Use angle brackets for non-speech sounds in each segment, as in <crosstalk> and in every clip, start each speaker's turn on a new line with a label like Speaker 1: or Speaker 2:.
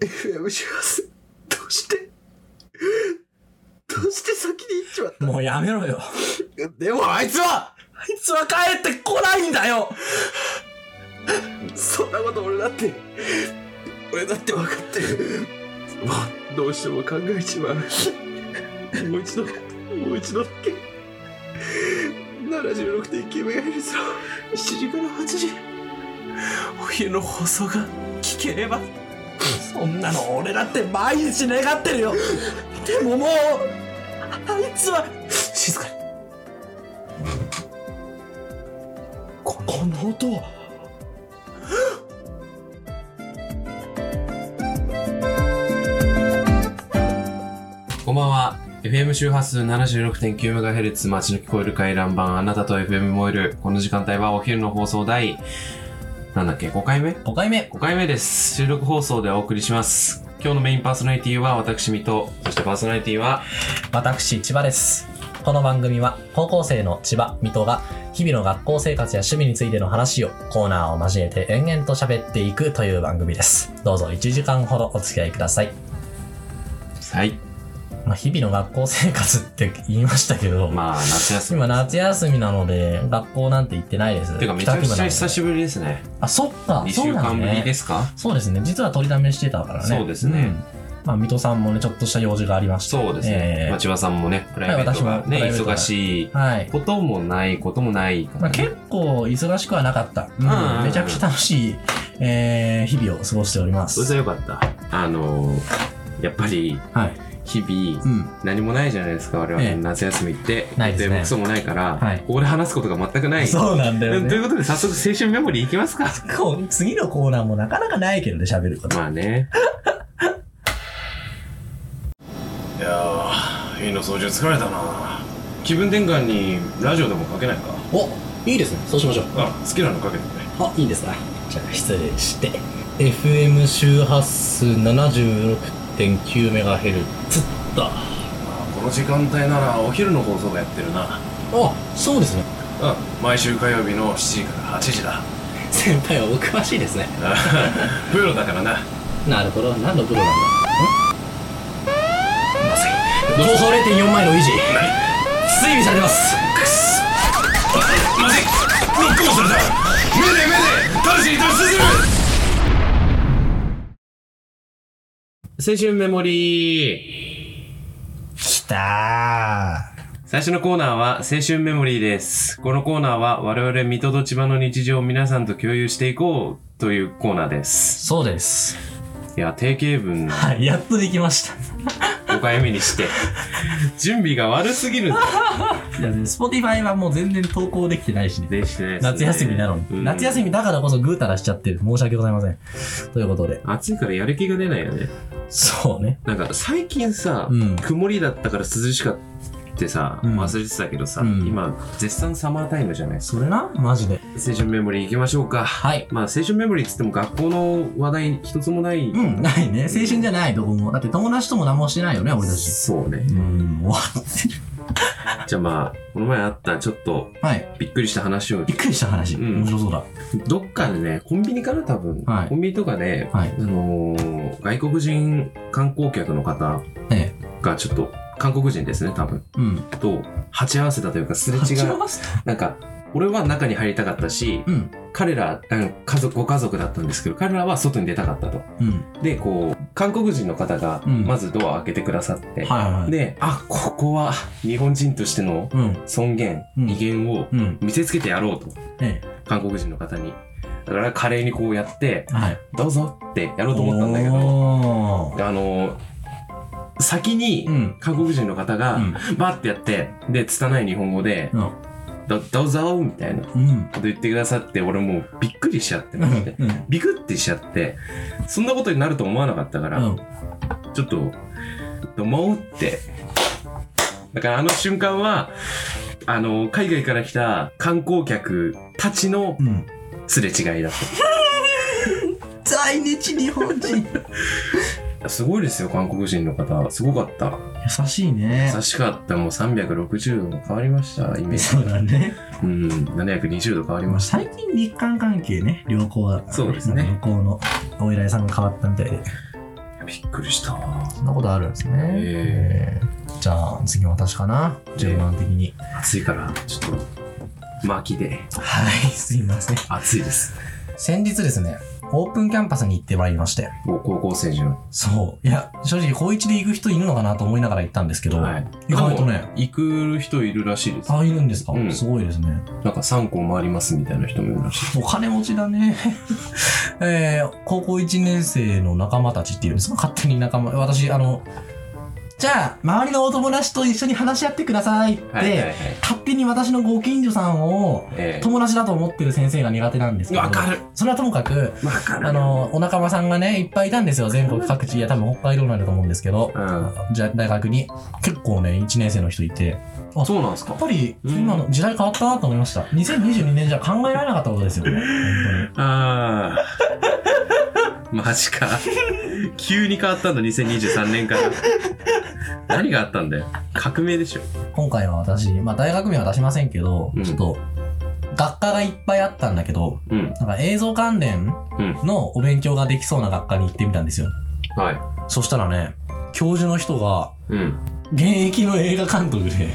Speaker 1: FM 知らせどうしてどうして先に行っちまっ
Speaker 2: もうやめろよ。
Speaker 1: たでもあいつは
Speaker 2: あいつは帰ってこないんだよ
Speaker 1: そんなこと俺だって俺だって分かってるもうどうしても考えちまうもう一度もう一度だけ76.9メガヘルツの7時から8時
Speaker 2: お昼の放送が聞ければ。そんなの俺だって毎日願ってるよでももう、あいつは、静かに。ここの音は、
Speaker 3: こんばんは。FM 周波数 76.9MHz 街の聞こえる回覧版あなたと FM 燃える。この時間帯はお昼の放送第、なんだっけ、5回目
Speaker 2: 5回目。
Speaker 3: 5回目です。収録放送でお送りします。今日のメインパーソナリティは私、水戸。そしてパーソナリティは、
Speaker 2: 私、千葉です。この番組は、高校生の千葉、水戸が、日々の学校生活や趣味についての話をコーナーを交えて延々と喋っていくという番組です。どうぞ1時間ほどお付き合いください。
Speaker 3: はい。
Speaker 2: まあ、日々の学校生活って言いましたけど、
Speaker 3: まあ、夏休み。
Speaker 2: 今夏休みなので、学校なんて行ってないです。
Speaker 3: てか、めちゃく
Speaker 2: 帰宅部
Speaker 3: ち
Speaker 2: な
Speaker 3: ゃ
Speaker 2: ので
Speaker 3: 久しぶりですね。
Speaker 2: あ、そっか、
Speaker 3: 2
Speaker 2: そ
Speaker 3: 週
Speaker 2: うな
Speaker 3: 間
Speaker 2: ん
Speaker 3: ぶりで
Speaker 2: ね。
Speaker 3: すか
Speaker 2: そうですね。実は取りだめしてたからね。
Speaker 3: そうですね
Speaker 2: んまあ、水戸さんもね、ちょっとした用事がありました。
Speaker 3: そうですね。
Speaker 2: ええ
Speaker 3: まあ千葉さんもね、プライベート
Speaker 2: はい私
Speaker 3: が
Speaker 2: もプラ
Speaker 3: ね、
Speaker 2: イベートが
Speaker 3: 忙しい
Speaker 2: はい。
Speaker 3: こともないこともないか
Speaker 2: ま
Speaker 3: らね
Speaker 2: あ、結構忙しくはなかった。うん
Speaker 3: うんうん
Speaker 2: めちゃくちゃ楽しい、えー日々を過ごしておりま
Speaker 3: それじ
Speaker 2: す。
Speaker 3: ゃよかった。あのー、やっぱり、
Speaker 2: はい。
Speaker 3: 日々
Speaker 2: う、ん。
Speaker 3: 何もないじゃないですか、我々、
Speaker 2: ええ
Speaker 3: 夏休みって。
Speaker 2: ないですね
Speaker 3: もクソもないから、
Speaker 2: はい
Speaker 3: ここで話すことが全くない。
Speaker 2: そうなんだよ
Speaker 3: とい
Speaker 2: ね。
Speaker 3: うことで、早速、青春メモリーいきますか。
Speaker 2: こう次のコーナーもなかなかないけどね、喋ること。
Speaker 3: まあね。
Speaker 4: いやー、いいの操縦疲れたな。
Speaker 3: 気分転換に、ラジオでもかけないか。
Speaker 2: おいいですね。そうしましょう。
Speaker 3: あ、好きなのかけてくれ。
Speaker 2: あ、いいですか。じゃあ、失礼して。FM 周波数 76.9MHz だ。
Speaker 4: この時間帯ならお昼の放送がやってるな。
Speaker 2: あ、そうですね。
Speaker 4: うん、毎週火曜日の7時から8時だ。
Speaker 2: 先輩はお詳しいですね。
Speaker 4: プロだからな。
Speaker 2: なるほど。何のプロなんだ。まさに。後方0.4マイル維持。追尾されてます。
Speaker 4: まずいロックオンされた目で目で直ちに脱出する
Speaker 3: 青春メモリー。
Speaker 2: きた
Speaker 3: 最初のコーナーは青春メモリーです。このコーナーは我々水戸と千葉の日常を皆さんと共有していこうというコーナーです。
Speaker 2: そうです。
Speaker 3: いや、定型文の
Speaker 2: はい、やっとできました。
Speaker 3: 5回目に <laughs> して、準備が悪すぎるん
Speaker 2: いやね、Spotify はもう全然投稿できてないしね。
Speaker 3: でしてないですね
Speaker 2: 夏休みなのに、
Speaker 3: うん
Speaker 2: 夏休みだからこそぐうたらしちゃってる。申し訳ございません。ということで。
Speaker 3: 暑いからやる気が出ないよね。
Speaker 2: そうね。
Speaker 3: なんか最近さ、
Speaker 2: うん
Speaker 3: 曇りだったから涼しかってさ、
Speaker 2: うん
Speaker 3: 忘れてたけどさ、
Speaker 2: うん
Speaker 3: 今絶賛サマータイムじゃないですか。
Speaker 2: それなマジで。
Speaker 3: 青春メモリー行きましょうか。
Speaker 2: はい。
Speaker 3: まあ青春メモリーっつっても学校の話題一つもない。
Speaker 2: うん、ないね。青春じゃない、どこも。だって友達とも何もしてないよね、俺たち。
Speaker 3: そうね。
Speaker 2: うん、終わってる。
Speaker 3: じゃあまあ、この前あったちょっと
Speaker 2: はい。
Speaker 3: びっくりした話
Speaker 2: <laughs>
Speaker 3: を
Speaker 2: び、っくりした話。
Speaker 3: うん
Speaker 2: 面白そうだ。
Speaker 3: どっかでね、コンビニかな多分、
Speaker 2: はい
Speaker 3: コンビニとかで、
Speaker 2: はい
Speaker 3: あのー外国人観光客の方
Speaker 2: ええ。
Speaker 3: がちょっと、韓国人ですね、多分。
Speaker 2: うん。
Speaker 3: と、鉢合わせたというか、すれ違
Speaker 2: 違い
Speaker 3: い。
Speaker 2: ます
Speaker 3: なんか、俺は中に入りたかったし、
Speaker 2: うん。
Speaker 3: 彼ら、うん家族、ご家族だったんですけど、彼らは外に出たかったと。
Speaker 2: うん。
Speaker 3: で、こう、韓国人の方が、
Speaker 2: うん
Speaker 3: まずドアを開けてくださって、
Speaker 2: はいはいはい。、
Speaker 3: で、あ、ここは日本人としての
Speaker 2: うん。
Speaker 3: 尊厳、
Speaker 2: うん
Speaker 3: 威厳を
Speaker 2: うん。
Speaker 3: 見せつけてやろうと。
Speaker 2: え
Speaker 3: 韓国人の方に。だから華麗にこうやって、
Speaker 2: え。はい。
Speaker 3: どうぞってやろうと思ったんだけど、
Speaker 2: おー
Speaker 3: あの、先に
Speaker 2: うん。
Speaker 3: 韓国人の方
Speaker 2: う
Speaker 3: が、
Speaker 2: ん。
Speaker 3: バーってやって、で、拙い日本語で、
Speaker 2: うん
Speaker 3: どどうぞみたいなこ
Speaker 2: うん。
Speaker 3: と言ってくださって、俺もうびっくりしちゃって、マジで。
Speaker 2: うん。
Speaker 3: ビクってしちゃって、そんなことになると思わなかったから、
Speaker 2: うん。
Speaker 3: ちょっと、どうもって。だからあの瞬間は、あの、海外から来た観光客たちの
Speaker 2: うん。
Speaker 3: すれ違いだっ
Speaker 2: 在日日本人。
Speaker 3: た。すごいですよ、韓国人の方。すごかった。
Speaker 2: 優しいね。
Speaker 3: 優しかった。もう360度変わりました、イメージ。
Speaker 2: そうだね。
Speaker 3: うん、720度変わり
Speaker 2: ま
Speaker 3: ま
Speaker 2: あ
Speaker 3: した。
Speaker 2: 最近日韓関係ね、良好だから、
Speaker 3: そうですね
Speaker 2: 向こうのお偉いさんが変わったみたいで。
Speaker 3: びっくりした
Speaker 2: そんなことあるんですね。
Speaker 3: え
Speaker 2: えーじゃあ、次私かな。順番的に。
Speaker 3: 暑いからちょっと巻きで
Speaker 2: はい、すいません。
Speaker 3: 暑いです
Speaker 2: 先日ですね、オープンキャンパスに行ってまいりまして。
Speaker 3: もう高校生じゃん
Speaker 2: そう。いや、正直、高一で行く人いるのかなと思いながら行ったんですけど、
Speaker 3: はい
Speaker 2: 意外とね、
Speaker 3: 行く人いるらしいです
Speaker 2: あ、いるんですか、
Speaker 3: うん
Speaker 2: すごいですね。
Speaker 3: なんか3校回りますみたいな人もいるらしい
Speaker 2: お金持ちだね。 <laughs> えー、高校1年生の仲間たちっていうんですか勝手に仲間、私、あの、じゃあ、周りのお友達と一緒に話し合ってくださいって、
Speaker 3: はいはいはい
Speaker 2: 勝手に私のご近所さんを
Speaker 3: え
Speaker 2: 友達だと思ってる先生が苦手なんですけ
Speaker 3: え
Speaker 2: ど。
Speaker 3: わかる
Speaker 2: それはともかく、
Speaker 3: わかる
Speaker 2: あの、お仲間さんがね、いっぱいいたんですよ。全国各地。いや、多分北海道なんだと思うんですけど、
Speaker 3: うん
Speaker 2: じゃ大学に。結構ね、1年生の人いて、あ
Speaker 3: そうなんです
Speaker 2: や
Speaker 3: か
Speaker 2: っぱり今の時代変わったなと思いました。2022年じゃ考えられなかったことですよね。
Speaker 3: ああ。マジか。急に変わったんだ、2023年から。何があったんだよ。革命でしょ。
Speaker 2: 本当に今回は私、まあ大学名は出しませんけど、
Speaker 3: うん
Speaker 2: ちょっと、学科がいっぱいあったんだけど、
Speaker 3: う
Speaker 2: な
Speaker 3: ん。
Speaker 2: んか映像関連
Speaker 3: うん
Speaker 2: のお勉強ができそうな学科に行ってみたんですよ。
Speaker 3: はい。
Speaker 2: そしたらね、教授の人が、
Speaker 3: うん。
Speaker 2: 現役の映画監督で、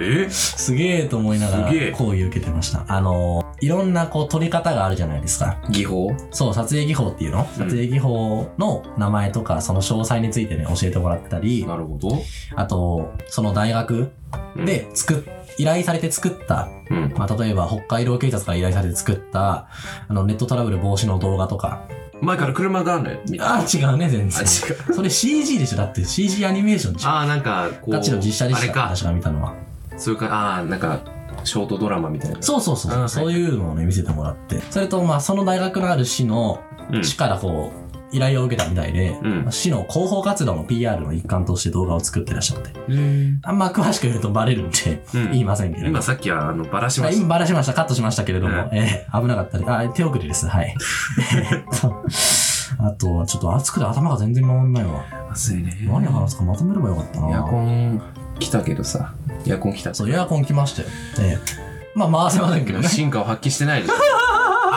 Speaker 3: え
Speaker 2: すげえと思いなが
Speaker 3: すげえ
Speaker 2: ら、講義受けてました。あの、いろんなこう撮り方があるじゃないですか。
Speaker 3: 技法
Speaker 2: そう、撮影技法っていうの撮影技法の名前とか、その詳細についてね、教えてもらったり、
Speaker 3: なるほど。
Speaker 2: あと、その大学
Speaker 3: うん、
Speaker 2: で作っ、依頼されて作った、
Speaker 3: うん。
Speaker 2: まあ、例えば北海道警察から依頼されて作った、あの、ネットトラブル防止の動画とか。
Speaker 3: 前から車があるのよ。みたいな
Speaker 2: ああ、違うね、全然。
Speaker 3: あ、違う。
Speaker 2: それ CG でしょだって CG アニメーションでしょ
Speaker 3: ああ、なんか、こう。
Speaker 2: ガチの実写でし
Speaker 3: あれ
Speaker 2: た。
Speaker 3: か。
Speaker 2: 私が見たのは。
Speaker 3: そういうか、ああー、なんか、ショートドラマみたいな。
Speaker 2: そうそうそう。
Speaker 3: うんはい
Speaker 2: そういうのをね、見せてもらって。それと、まあ、その大学のある市の、
Speaker 3: うん。
Speaker 2: 市からこう、依頼を受けたみたいで、
Speaker 3: うん
Speaker 2: 市の広報活動の PR の一環として動画を作ってらっしゃって。
Speaker 3: うん。
Speaker 2: あんま詳しく言うとバレるんで、
Speaker 3: うん
Speaker 2: 言いませんけれど。
Speaker 3: 今さっきは、あの、バラしま
Speaker 2: あ
Speaker 3: し
Speaker 2: 今バラしました。カットしましたけれども、
Speaker 3: うん
Speaker 2: えー危なかったです。あ、手遅れです。はい。 <laughs> えーっとあとは、ちょっと暑くて頭が全然回んないわ。
Speaker 3: た。暑いね。
Speaker 2: 何話すかまとめればよかったな。
Speaker 3: エアコン来たけどさ。エアコン来た。
Speaker 2: そう、エアコン来ましたよ。えーまあ、回せませんけどね。
Speaker 3: 進化を発揮し
Speaker 2: <laughs>
Speaker 3: てないでしょ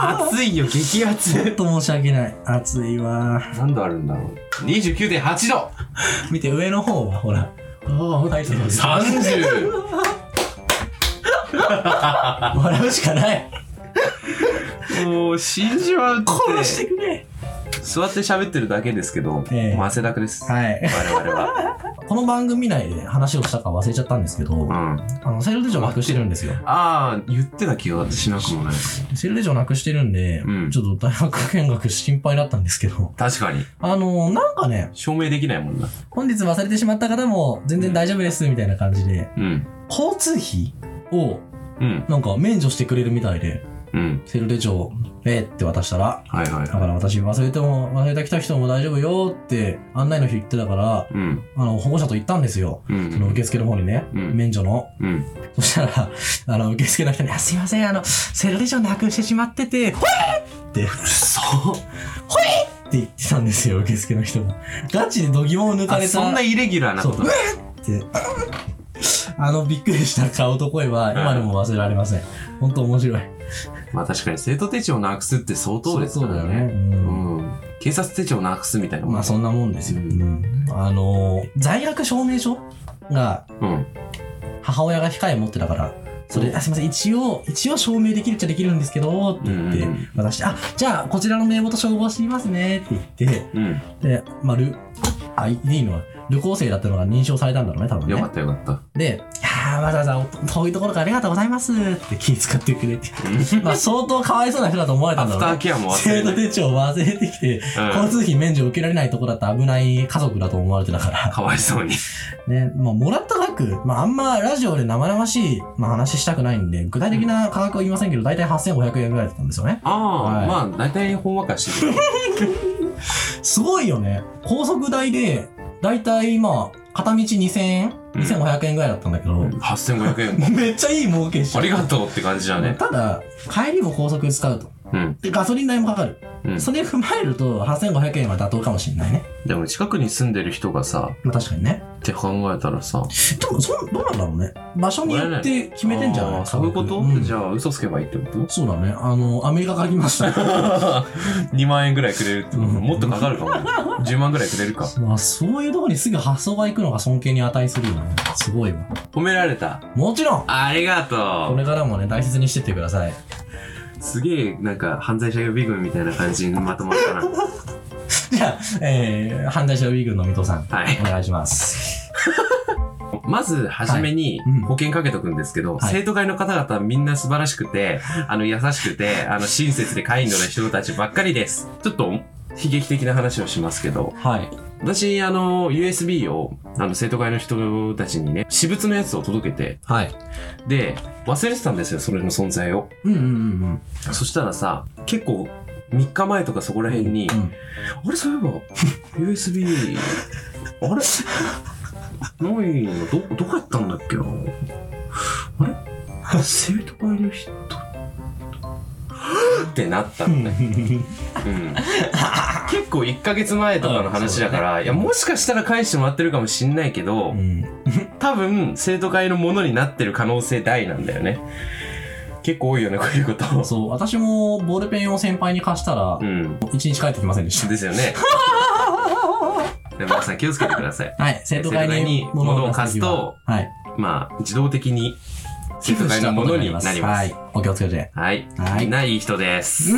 Speaker 3: 暑いよ激
Speaker 2: ちょ
Speaker 3: 暑
Speaker 2: っと申し訳ない。暑いわ。
Speaker 3: 何度あるんだろう29.8度
Speaker 2: 見て、上の方は、ほら。ああ、入ってる。
Speaker 3: 30
Speaker 2: 笑うしかない。
Speaker 3: もう信じらん
Speaker 2: 殺してくれ。
Speaker 3: 座って喋ってるだけですけど、
Speaker 2: ええ
Speaker 3: もう汗だくです、
Speaker 2: はい。
Speaker 3: 我々は、
Speaker 2: この番組内で話をしたか忘れちゃったんですけど
Speaker 3: う、ん、
Speaker 2: あの、セール手帳なくしてるんですよ。
Speaker 3: ああ言ってた気がしなくもない
Speaker 2: セール手帳なくしてるんで、
Speaker 3: うん
Speaker 2: ちょっと大学見学心配だったんですけど、
Speaker 3: 確かに
Speaker 2: あのなんかね、
Speaker 3: 証明できないもんな
Speaker 2: 本日忘れてしまった方も全然大丈夫です、みたいな感じで、
Speaker 3: うん
Speaker 2: 交通費を
Speaker 3: うん
Speaker 2: なんか免除してくれるみたいで、
Speaker 3: うん
Speaker 2: セール手帳、えーって渡したら、
Speaker 3: はいはい
Speaker 2: だか
Speaker 3: は
Speaker 2: ら私忘れても、忘れてきた人も大丈夫よって案内の日言ってたから、
Speaker 3: いうん
Speaker 2: あの、保護者と行ったんですよ。
Speaker 3: う
Speaker 2: その
Speaker 3: ん
Speaker 2: 受付の方にね、
Speaker 3: うん
Speaker 2: 免除の。
Speaker 3: うん
Speaker 2: そしたら、あの、受付の人に、あ、すいません、あの、セル手帳なくしてしまってて、ほえって、
Speaker 3: そう
Speaker 2: って言ってたんですよ、受付の人が。ガチで度肝を抜か
Speaker 3: あ
Speaker 2: れた。
Speaker 3: そんなイレギュラーな
Speaker 2: そう、
Speaker 3: こと
Speaker 2: うえって、うんあのびっくりした顔と声は今でも忘れられません。本当面白い。
Speaker 3: まあ確かに生徒手帳なくすって相当ですから
Speaker 2: そうだよね。う
Speaker 3: う
Speaker 2: ん
Speaker 3: ん警察手帳なくすみたいなもん
Speaker 2: まあそんなもんですよ。
Speaker 3: う
Speaker 2: うんあのー、在学証明書が
Speaker 3: うん
Speaker 2: 母親が控え持ってたから、それ、
Speaker 3: うん
Speaker 2: あ、すいません、一応、一応証明できるっちゃできるんですけど、って言っ
Speaker 3: う
Speaker 2: て
Speaker 3: んうんうん、
Speaker 2: 渡して、あ、じゃあ、こちらの名簿と照合してみますね、って言っ
Speaker 3: うん
Speaker 2: て、で、まあ、ル、ID の、旅行生だったのが認証されたんだろうね、多分ね。
Speaker 3: よかったよか <laughs> った。
Speaker 2: で、いやーわざわざお遠いところからありがとうございますって気遣ってくれて、まあ相当かわいそうな人だと思われた
Speaker 3: ア
Speaker 2: んだ
Speaker 3: フ
Speaker 2: ろ
Speaker 3: タ
Speaker 2: う
Speaker 3: ー
Speaker 2: ね。
Speaker 3: ケアも <laughs> 忘
Speaker 2: 生
Speaker 3: れな
Speaker 2: 徒
Speaker 3: い。
Speaker 2: 手帳を忘れてきて、
Speaker 3: う
Speaker 2: 交
Speaker 3: ん
Speaker 2: 通費免除を受けられないとこだった危ない家族だと思われてたから、
Speaker 3: かわいそうに。
Speaker 2: ね、まあもらった額、まああんまラジオで生々しい、まあ、話したくないんで、具体的な価格は言いませんけど、大体8500円ぐらいだったんですよね。
Speaker 3: <laughs> ああ、
Speaker 2: はい
Speaker 3: まあ、大体ほんわかして <laughs> る。
Speaker 2: すごいよね。高速代で、大体まあ、片道2000円
Speaker 3: うん
Speaker 2: ?2500 円ぐらいだったんだけど、
Speaker 3: 8500円。
Speaker 2: めっちゃいい儲けし
Speaker 3: あ
Speaker 2: て
Speaker 3: りがとうって感じだね。
Speaker 2: ただ、帰りも高速で使うと。
Speaker 3: うん。
Speaker 2: でガソリン代もかかる。
Speaker 3: うん
Speaker 2: それ踏まえると8500円は妥当かもしれないね
Speaker 3: でも近くに住んでる人がさ、
Speaker 2: まあ確かにね
Speaker 3: って考えたらさ、
Speaker 2: でもそんどうなんだろうね場所によって決めてんじゃない
Speaker 3: あーそういうこと、
Speaker 2: ん
Speaker 3: じゃあ嘘つけばいいってこと
Speaker 2: そうだねあのアメリカから来ました
Speaker 3: 2万円ぐらいくれるってこと
Speaker 2: うん
Speaker 3: <laughs> もっとかかるかも10万ぐ <laughs> らいくれるか
Speaker 2: <laughs> まあそういうとこにすぐ発想が行くのが尊敬に値するよねすごいわ
Speaker 3: 褒められた
Speaker 2: もちろん
Speaker 3: ありが
Speaker 2: ことれからもね大切にしてってくださいう
Speaker 3: すげえなんか犯罪者予備軍みたいな感じにまとまったな <laughs>
Speaker 2: じゃあ、えー、犯罪者予備軍の水戸さん
Speaker 3: はい
Speaker 2: お願いします
Speaker 3: まず初めに
Speaker 2: はいうん
Speaker 3: 保険かけとくんですけど、
Speaker 2: はい
Speaker 3: 生徒会の方々はみんな素晴らしくてあの優しくてあの親切でカインドな人たちばっかりですちょっと悲劇的な話をしますけど
Speaker 2: はい
Speaker 3: 私あの USB をあの生徒会の人たちにね私物のやつを届けて
Speaker 2: はい
Speaker 3: で忘れてたんですよそれの存在を
Speaker 2: うんうんうん
Speaker 3: そしたらさ結構3日前とかそこら辺に、
Speaker 2: うん
Speaker 3: あれそういえば USB <laughs> あれないのどどこやったんだっけなあれ生徒会の人ってなったのね、
Speaker 2: うん
Speaker 3: うん、結構1ヶ月前とかの話だから、いやもしかしたら返してもらってるかもしんないけど、
Speaker 2: うん
Speaker 3: 多分生徒会のものになってる可能性大なんだよね結構多いよねこういうこと
Speaker 2: そう私もボールペンを先輩に貸したら
Speaker 3: うん
Speaker 2: 一日帰ってきませんでした
Speaker 3: ですよ <laughs> ねでも皆さん気をつけてください
Speaker 2: はい生徒会に
Speaker 3: 物を貸す
Speaker 2: 時は
Speaker 3: と
Speaker 2: はい
Speaker 3: まあ自動的に生徒会のものになります
Speaker 2: はいお気をつけて <laughs>
Speaker 3: はい、
Speaker 2: はい
Speaker 3: みんないい人です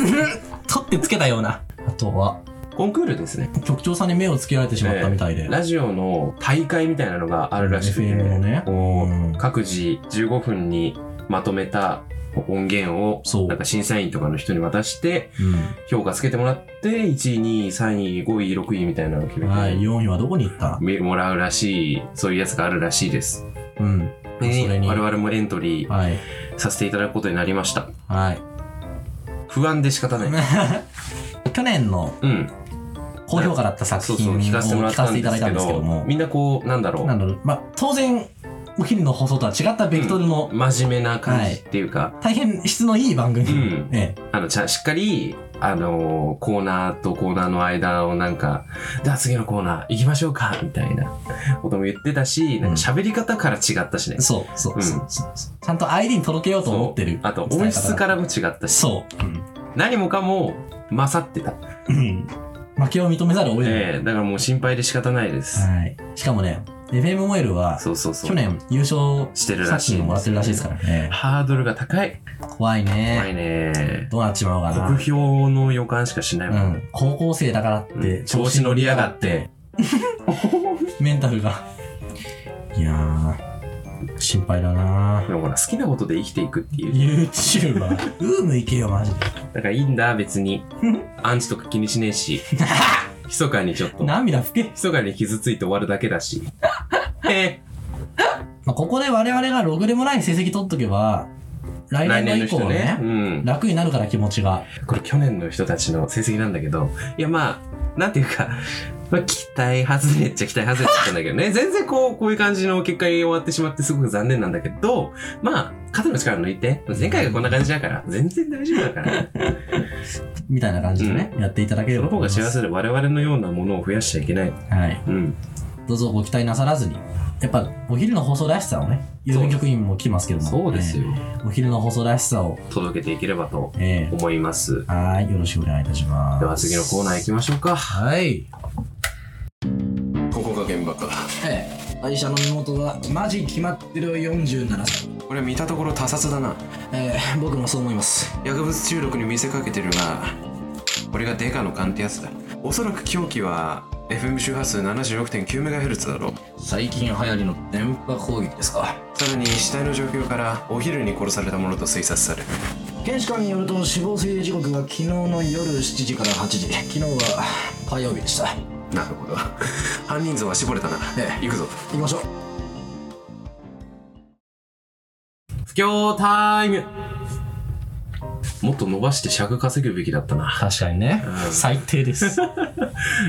Speaker 2: 取ってつけたようなあとは
Speaker 3: コンクールですね
Speaker 2: 局長さんに目をつけられてしまったみたいで、
Speaker 3: ラジオの大会みたいなのがあるらしくて、
Speaker 2: FM のね
Speaker 3: こう
Speaker 2: うん
Speaker 3: 各自15分にまとめた音源を
Speaker 2: そう
Speaker 3: なんか審査員とかの人に渡して
Speaker 2: う
Speaker 3: 評価つけてもらって1位2位3位5位6位みたいなのを決め
Speaker 2: ん、
Speaker 3: て、
Speaker 2: はい4位はどこに行った
Speaker 3: みもらうらしいそういうやつがあるらしいです
Speaker 2: うん
Speaker 3: で
Speaker 2: それに
Speaker 3: 我々もエントリー
Speaker 2: はい
Speaker 3: させていただくことになりました
Speaker 2: はい
Speaker 3: 不安で仕方ない
Speaker 2: <laughs> 去年の
Speaker 3: うん
Speaker 2: 高評価だった作
Speaker 3: そう
Speaker 2: 品
Speaker 3: そ
Speaker 2: を
Speaker 3: う
Speaker 2: 聞
Speaker 3: 聞か
Speaker 2: か
Speaker 3: せてもらった
Speaker 2: せ
Speaker 3: ん
Speaker 2: てい
Speaker 3: で
Speaker 2: ただ
Speaker 3: す
Speaker 2: いた
Speaker 3: け
Speaker 2: んですけど
Speaker 3: ど
Speaker 2: も
Speaker 3: みんなこうなんだろ
Speaker 2: なん
Speaker 3: う
Speaker 2: だろうまあ当然お昼の放送とは違ったベクトルの
Speaker 3: 真面目な感じっていうか、
Speaker 2: 大変質のいい番組、
Speaker 3: うん
Speaker 2: ええ
Speaker 3: あのちゃんしっかりあのーコーナーとコーナーの間をなんか「では次のコーナー行きましょうか」みたいなことも言ってたしなんか喋り方から違ったしね、
Speaker 2: そうそう
Speaker 3: うん
Speaker 2: そうそうそうちゃんと相手に届けようと思ってる
Speaker 3: あと
Speaker 2: 伝え方
Speaker 3: 音質からも違ったし
Speaker 2: そう、うん
Speaker 3: 何もかも勝ってた、
Speaker 2: うん負けを認めざるを得ない、
Speaker 3: ええだからもう心配で仕方ないです、
Speaker 2: はい。しかもね、FM モエルは、
Speaker 3: そうそうそう
Speaker 2: 去年優勝
Speaker 3: してる
Speaker 2: 作
Speaker 3: らしいんです
Speaker 2: 品もらってるらしいですからね。
Speaker 3: ハードルが高い
Speaker 2: 怖い
Speaker 3: 怖い
Speaker 2: ね。
Speaker 3: ね
Speaker 2: どうなっちまうか
Speaker 3: 酷
Speaker 2: な。
Speaker 3: 評の予感しかしないうもん、
Speaker 2: ん。高校生だからって、
Speaker 3: うん調子乗りやがって。
Speaker 2: メンタルが。いやー、心配だな
Speaker 3: でもほら好きなことで生きていくっていう
Speaker 2: YouTuber。ウーム行けよ、マジで。
Speaker 3: だからいいんだ別 <laughs> にアンチとか気にしねえ <laughs> し密かにちょっと
Speaker 2: 涙拭け。
Speaker 3: 密かに傷ついて終わるだけだ <laughs> しえ
Speaker 2: まあ、ここで我々がログでもない成績取っとけば、来
Speaker 3: え
Speaker 2: 年
Speaker 3: 来年
Speaker 2: の
Speaker 3: の
Speaker 2: 以降
Speaker 3: 人
Speaker 2: ね
Speaker 3: ね、うん
Speaker 2: 楽になるから気持ちが。
Speaker 3: これ去年の人たちの成績なんだけどいやまあなんていうかまあ、期待外れっちゃ期待外れだったんだけど <laughs> ね。全然こう、こういう感じの結果に終わってしまってすごく残念なんだけど、まあ、肩の力抜いて、前回がこんな感じだから、全然大丈夫だ <laughs> から、
Speaker 2: みたいな感じでね、やっていただけれ
Speaker 3: そ
Speaker 2: ば
Speaker 3: の
Speaker 2: と
Speaker 3: 方
Speaker 2: 思い
Speaker 3: が
Speaker 2: ます。
Speaker 3: 幸せで我々のようなものを増やしちゃいけない。
Speaker 2: はい。
Speaker 3: うん。
Speaker 2: どうぞご期待なさらずに。やっぱ、お昼の放送らしさをね、郵便局員も来てますけども。
Speaker 3: そうですよ。
Speaker 2: えーお昼の放送らしさを、
Speaker 3: 届けていければと
Speaker 2: え
Speaker 3: 思います。
Speaker 2: ー、はーい、よろしくお願いいたします。
Speaker 3: では次のコーナー行きましょうか。
Speaker 2: はい。
Speaker 4: ここが現場か
Speaker 2: ええ愛車の妹は、マジ決まってる47歳。
Speaker 4: これ見たところ他殺だな
Speaker 2: ええ僕もそう思います。
Speaker 4: 薬物中毒に見せかけてるがこれがデカの勘ってやつだおそらく凶器は FM 周波数 76.9MHz だろう
Speaker 2: 最近流行りの電波攻撃ですか。
Speaker 4: さらに死体の状況からお昼に殺されたものと推察される
Speaker 2: 検視官によると死亡推定時刻が昨日の夜7時から8時。昨日は火曜日でした。
Speaker 4: なるほど犯人像は絞れたな、
Speaker 2: ええ
Speaker 4: 行くぞ
Speaker 2: 行きましょう。
Speaker 3: 不況タイムもっと伸ばして尺稼ぐべきだったな。
Speaker 2: 確かにね
Speaker 3: うん
Speaker 2: 最低です。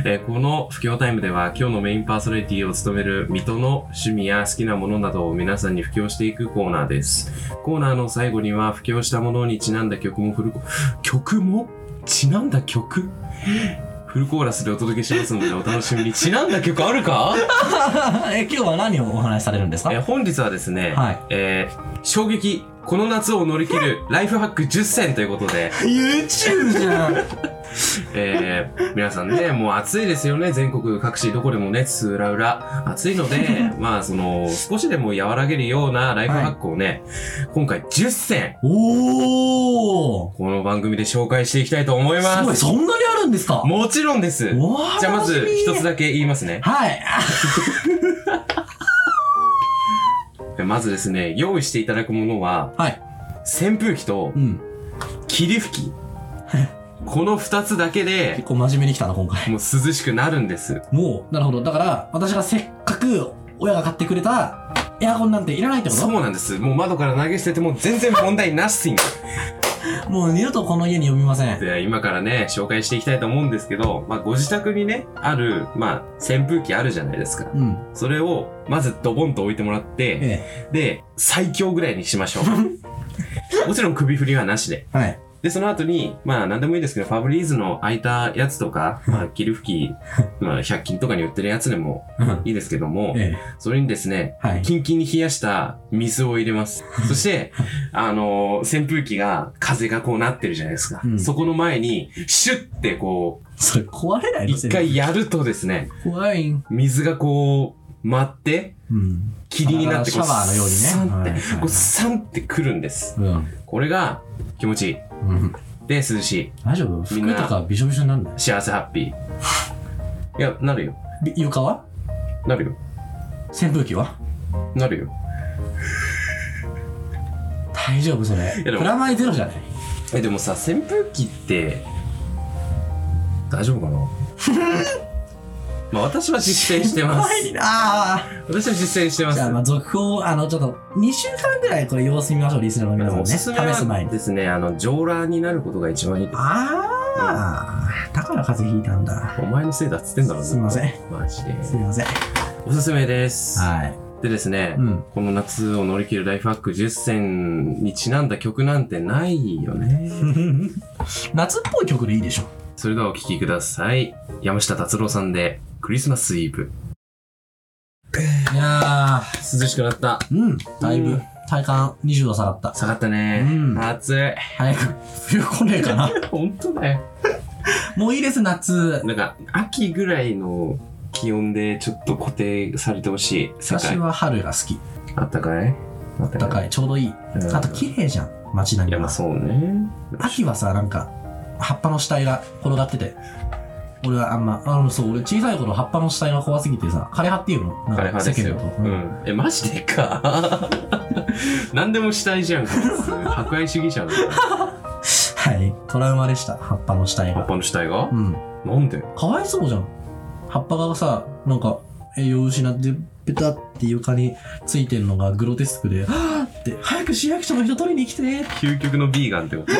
Speaker 3: えーこの不況タイムでは今日のメインパーソナリティを務める水戸の趣味や好きなものなどを皆さんに布教していくコーナーです。コーナーの最後には布教したものにちなんだ曲も振る、曲もちなんだ曲フルコーラスでお届けしますのでお楽しみに。ちなんだ曲あるか
Speaker 2: <laughs> え、今日は何をお話しされるんですか
Speaker 3: え本日はですね、
Speaker 2: はい
Speaker 3: えー衝撃、この夏を乗り切るライフハック10選ということで、
Speaker 2: ?YouTube じゃん
Speaker 3: えー皆さ
Speaker 2: <laughs>
Speaker 3: んね、もう暑いですよね。全国各地どこでもね、津浦々。暑い
Speaker 2: <laughs>
Speaker 3: ので、まあその、少しでも和らげるようなライフハックをね、今回10選、
Speaker 2: おー
Speaker 3: この番組で紹介していきたいと思います
Speaker 2: ごい、
Speaker 3: す。
Speaker 2: そんなにあるんですか
Speaker 3: もちろんです。
Speaker 2: うわー
Speaker 3: じゃあまず
Speaker 2: 楽しみ
Speaker 3: 一つだけ言いますね。
Speaker 2: はい。
Speaker 3: まずですね、用意していただくものは、
Speaker 2: はい。
Speaker 3: 扇風機と
Speaker 2: うん。
Speaker 3: 霧吹き。この二つだけで
Speaker 2: <laughs> 結、構真面目に来たな、今回。
Speaker 3: もう涼しくなるんです。
Speaker 2: もう、なるほど。だから、私がせっかく親が買ってくれたエアコンなんていらないってこと
Speaker 3: そうなんです。もう窓から投げ捨てても全然問題なしに。
Speaker 2: もう二度とこの家に呼びません。
Speaker 3: <laughs> で、今からね、紹介していきたいと思うんですけど、まあ、ご自宅にね、ある、まあ、扇風機あるじゃないですか。
Speaker 2: うん。
Speaker 3: それを、まずドボンと置いてもらって、
Speaker 2: え
Speaker 3: で、最強ぐらいにしましょ <laughs> う。もちろん首振りはなしで。
Speaker 2: え。はい。
Speaker 3: で、その後に、まあ、なんでもいいですけど、ファブリーズの空いたやつとか、ま <laughs> あ、霧吹き、まあ、100均とかに売ってるやつでも
Speaker 2: うん。
Speaker 3: いいですけども、
Speaker 2: え
Speaker 3: それにですね、
Speaker 2: え。はい。
Speaker 3: キンキンに冷やした水を入れます。そして、あのー扇風機が、風がこうなってるじゃないですか。
Speaker 2: うん
Speaker 3: そこの前に、シュッてこう、
Speaker 2: それ壊れないの
Speaker 3: 一。回やるとですね、
Speaker 2: 怖いん。
Speaker 3: 水がこう、舞って、
Speaker 2: うん。
Speaker 3: 霧になってこ
Speaker 2: シャワーのようにね
Speaker 3: サンっ
Speaker 2: はい
Speaker 3: て
Speaker 2: はいはい、
Speaker 3: こう、サンってくるんです。
Speaker 2: うん。
Speaker 3: これが、気持ちいい。
Speaker 2: うん。
Speaker 3: で、涼しい。
Speaker 2: 大丈夫
Speaker 3: みんな
Speaker 2: 服とかびしょびしょになんない
Speaker 3: 幸せハッピー。いや、なるよ。
Speaker 2: び床は
Speaker 3: なるよ。
Speaker 2: 扇風機は
Speaker 3: なるよ。
Speaker 2: 大丈夫それ。
Speaker 3: でも
Speaker 2: プラマイゼロじゃない
Speaker 3: え、でもさ、扇風機って、大丈夫
Speaker 2: <laughs>
Speaker 3: かなまあ私は実践してま
Speaker 2: 怖
Speaker 3: す
Speaker 2: い。なあ
Speaker 3: 私は実践してます。
Speaker 2: じゃあ、まあ、続報を、あの、ちょっと、2週間ぐらいこれ様子見ましょう、リスナーの皆
Speaker 3: あ
Speaker 2: さん
Speaker 3: の
Speaker 2: ね。
Speaker 3: おすすめ
Speaker 2: 試す前
Speaker 3: は
Speaker 2: に。
Speaker 3: ですね、あの、上ラーになることが一番いい。
Speaker 2: あー、だから風邪ひいたんだ。
Speaker 3: お前のせいだっつってんだろ、
Speaker 2: すいません。
Speaker 3: ん。マジで。
Speaker 2: すいません。
Speaker 3: おすすめです。
Speaker 2: はい。
Speaker 3: でですね、
Speaker 2: うん
Speaker 3: この夏を乗り切るライフハック10選にちなんだ曲なんてないよね。
Speaker 2: <laughs> 夏っぽい曲でいいでしょ。
Speaker 3: それではお聴きください。山下達郎さんで、クリスマスイブ。
Speaker 2: いや
Speaker 3: 涼しくなった。
Speaker 2: ー、うん、だいうぶ
Speaker 3: ん、
Speaker 2: 体感20度下がった。
Speaker 3: 下がったね。
Speaker 2: うん
Speaker 3: 暑い。
Speaker 2: 早く、冬来ねえか <laughs> な。
Speaker 3: 本当だよ。
Speaker 2: もういいです、夏。
Speaker 3: なんか、秋ぐらいの気温でちょっと固定されてほしい。世
Speaker 2: 私
Speaker 3: 界。
Speaker 2: は春が好き。
Speaker 3: あったかいあった
Speaker 2: 暖
Speaker 3: かい。
Speaker 2: かい、ちょうどいい。
Speaker 3: うん
Speaker 2: あと、綺麗じゃん、街並み
Speaker 3: いや、まあ
Speaker 2: が。
Speaker 3: そうね。
Speaker 2: 秋はさ、なんか、葉っぱの死体が転がってて。俺はあんま、あの、そう、俺小さい頃葉っぱの死体が怖すぎてさ、枯れ葉っていうの
Speaker 3: 枯
Speaker 2: な
Speaker 3: れ
Speaker 2: ん
Speaker 3: 葉
Speaker 2: か
Speaker 3: ですよ。
Speaker 2: 世間だと
Speaker 3: う。ん。え、マジでか。 <laughs> 何でも死体じゃん。こいつ博愛主義者なんだよ。
Speaker 2: はい。トラウマでした、葉っぱの死体
Speaker 3: 葉っ
Speaker 2: が。
Speaker 3: ぱの死体が
Speaker 2: うん。
Speaker 3: なんで
Speaker 2: かわいそうじゃん。葉っぱがさ、なんか、栄養失って、ペタって床についてるのがグロテスクで、はぁって、早く市役所の人取りに来て
Speaker 3: 究極のビーガンってこと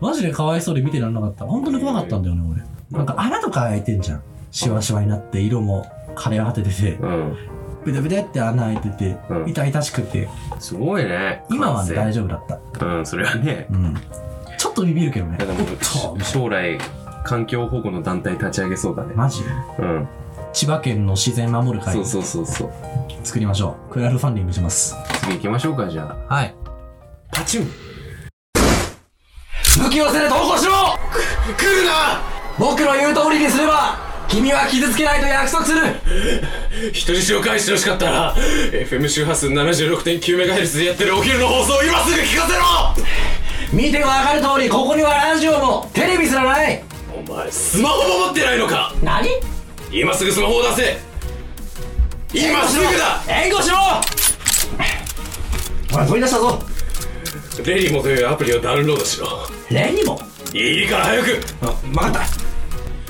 Speaker 2: マジでかわいそうで見てらんなかった。本当に怖かったんだよね、俺。なんか穴とか開いてんじゃん。シワシワになって、色も枯れ果ててて、
Speaker 3: うん。
Speaker 2: ベタベタって穴開いてて
Speaker 3: う、ん
Speaker 2: 痛々しくて、
Speaker 3: すごいね。
Speaker 2: 今はね、大
Speaker 3: ね。
Speaker 2: 丈夫だった。
Speaker 3: うん、それはね。
Speaker 2: うん。ちょっとビビるけどね
Speaker 3: だから。
Speaker 2: お
Speaker 3: も
Speaker 2: っと
Speaker 3: う、将来、環境保護の団体立ち上げそうだね。
Speaker 2: マジ
Speaker 3: うん。
Speaker 2: 千葉県の自然守る会
Speaker 3: そうそうそうそう。
Speaker 2: 作りましょう。クラウドファンディングします。
Speaker 3: 次行きましょうか、じゃあ。
Speaker 2: はい。
Speaker 3: パチュン
Speaker 2: 不器用せで投稿しろ
Speaker 4: 来るな
Speaker 2: 僕の言う通りにすれば君は傷つけないと約束する
Speaker 4: 人質を返してほしかったら FM 周波数 76.9MHz でやってるお昼の放送を今すぐ聞か
Speaker 2: 見てわかる通りここにはラジオもテレビすらない
Speaker 4: せろお前スマホも持ってないのか
Speaker 2: 何
Speaker 4: 今すぐスマホを出せ今すぐだ
Speaker 2: 援護しろほら飛び出したぞ
Speaker 4: レリモというアプリをダウンロードしろ
Speaker 2: レにも
Speaker 4: いいから早く
Speaker 2: あ分かった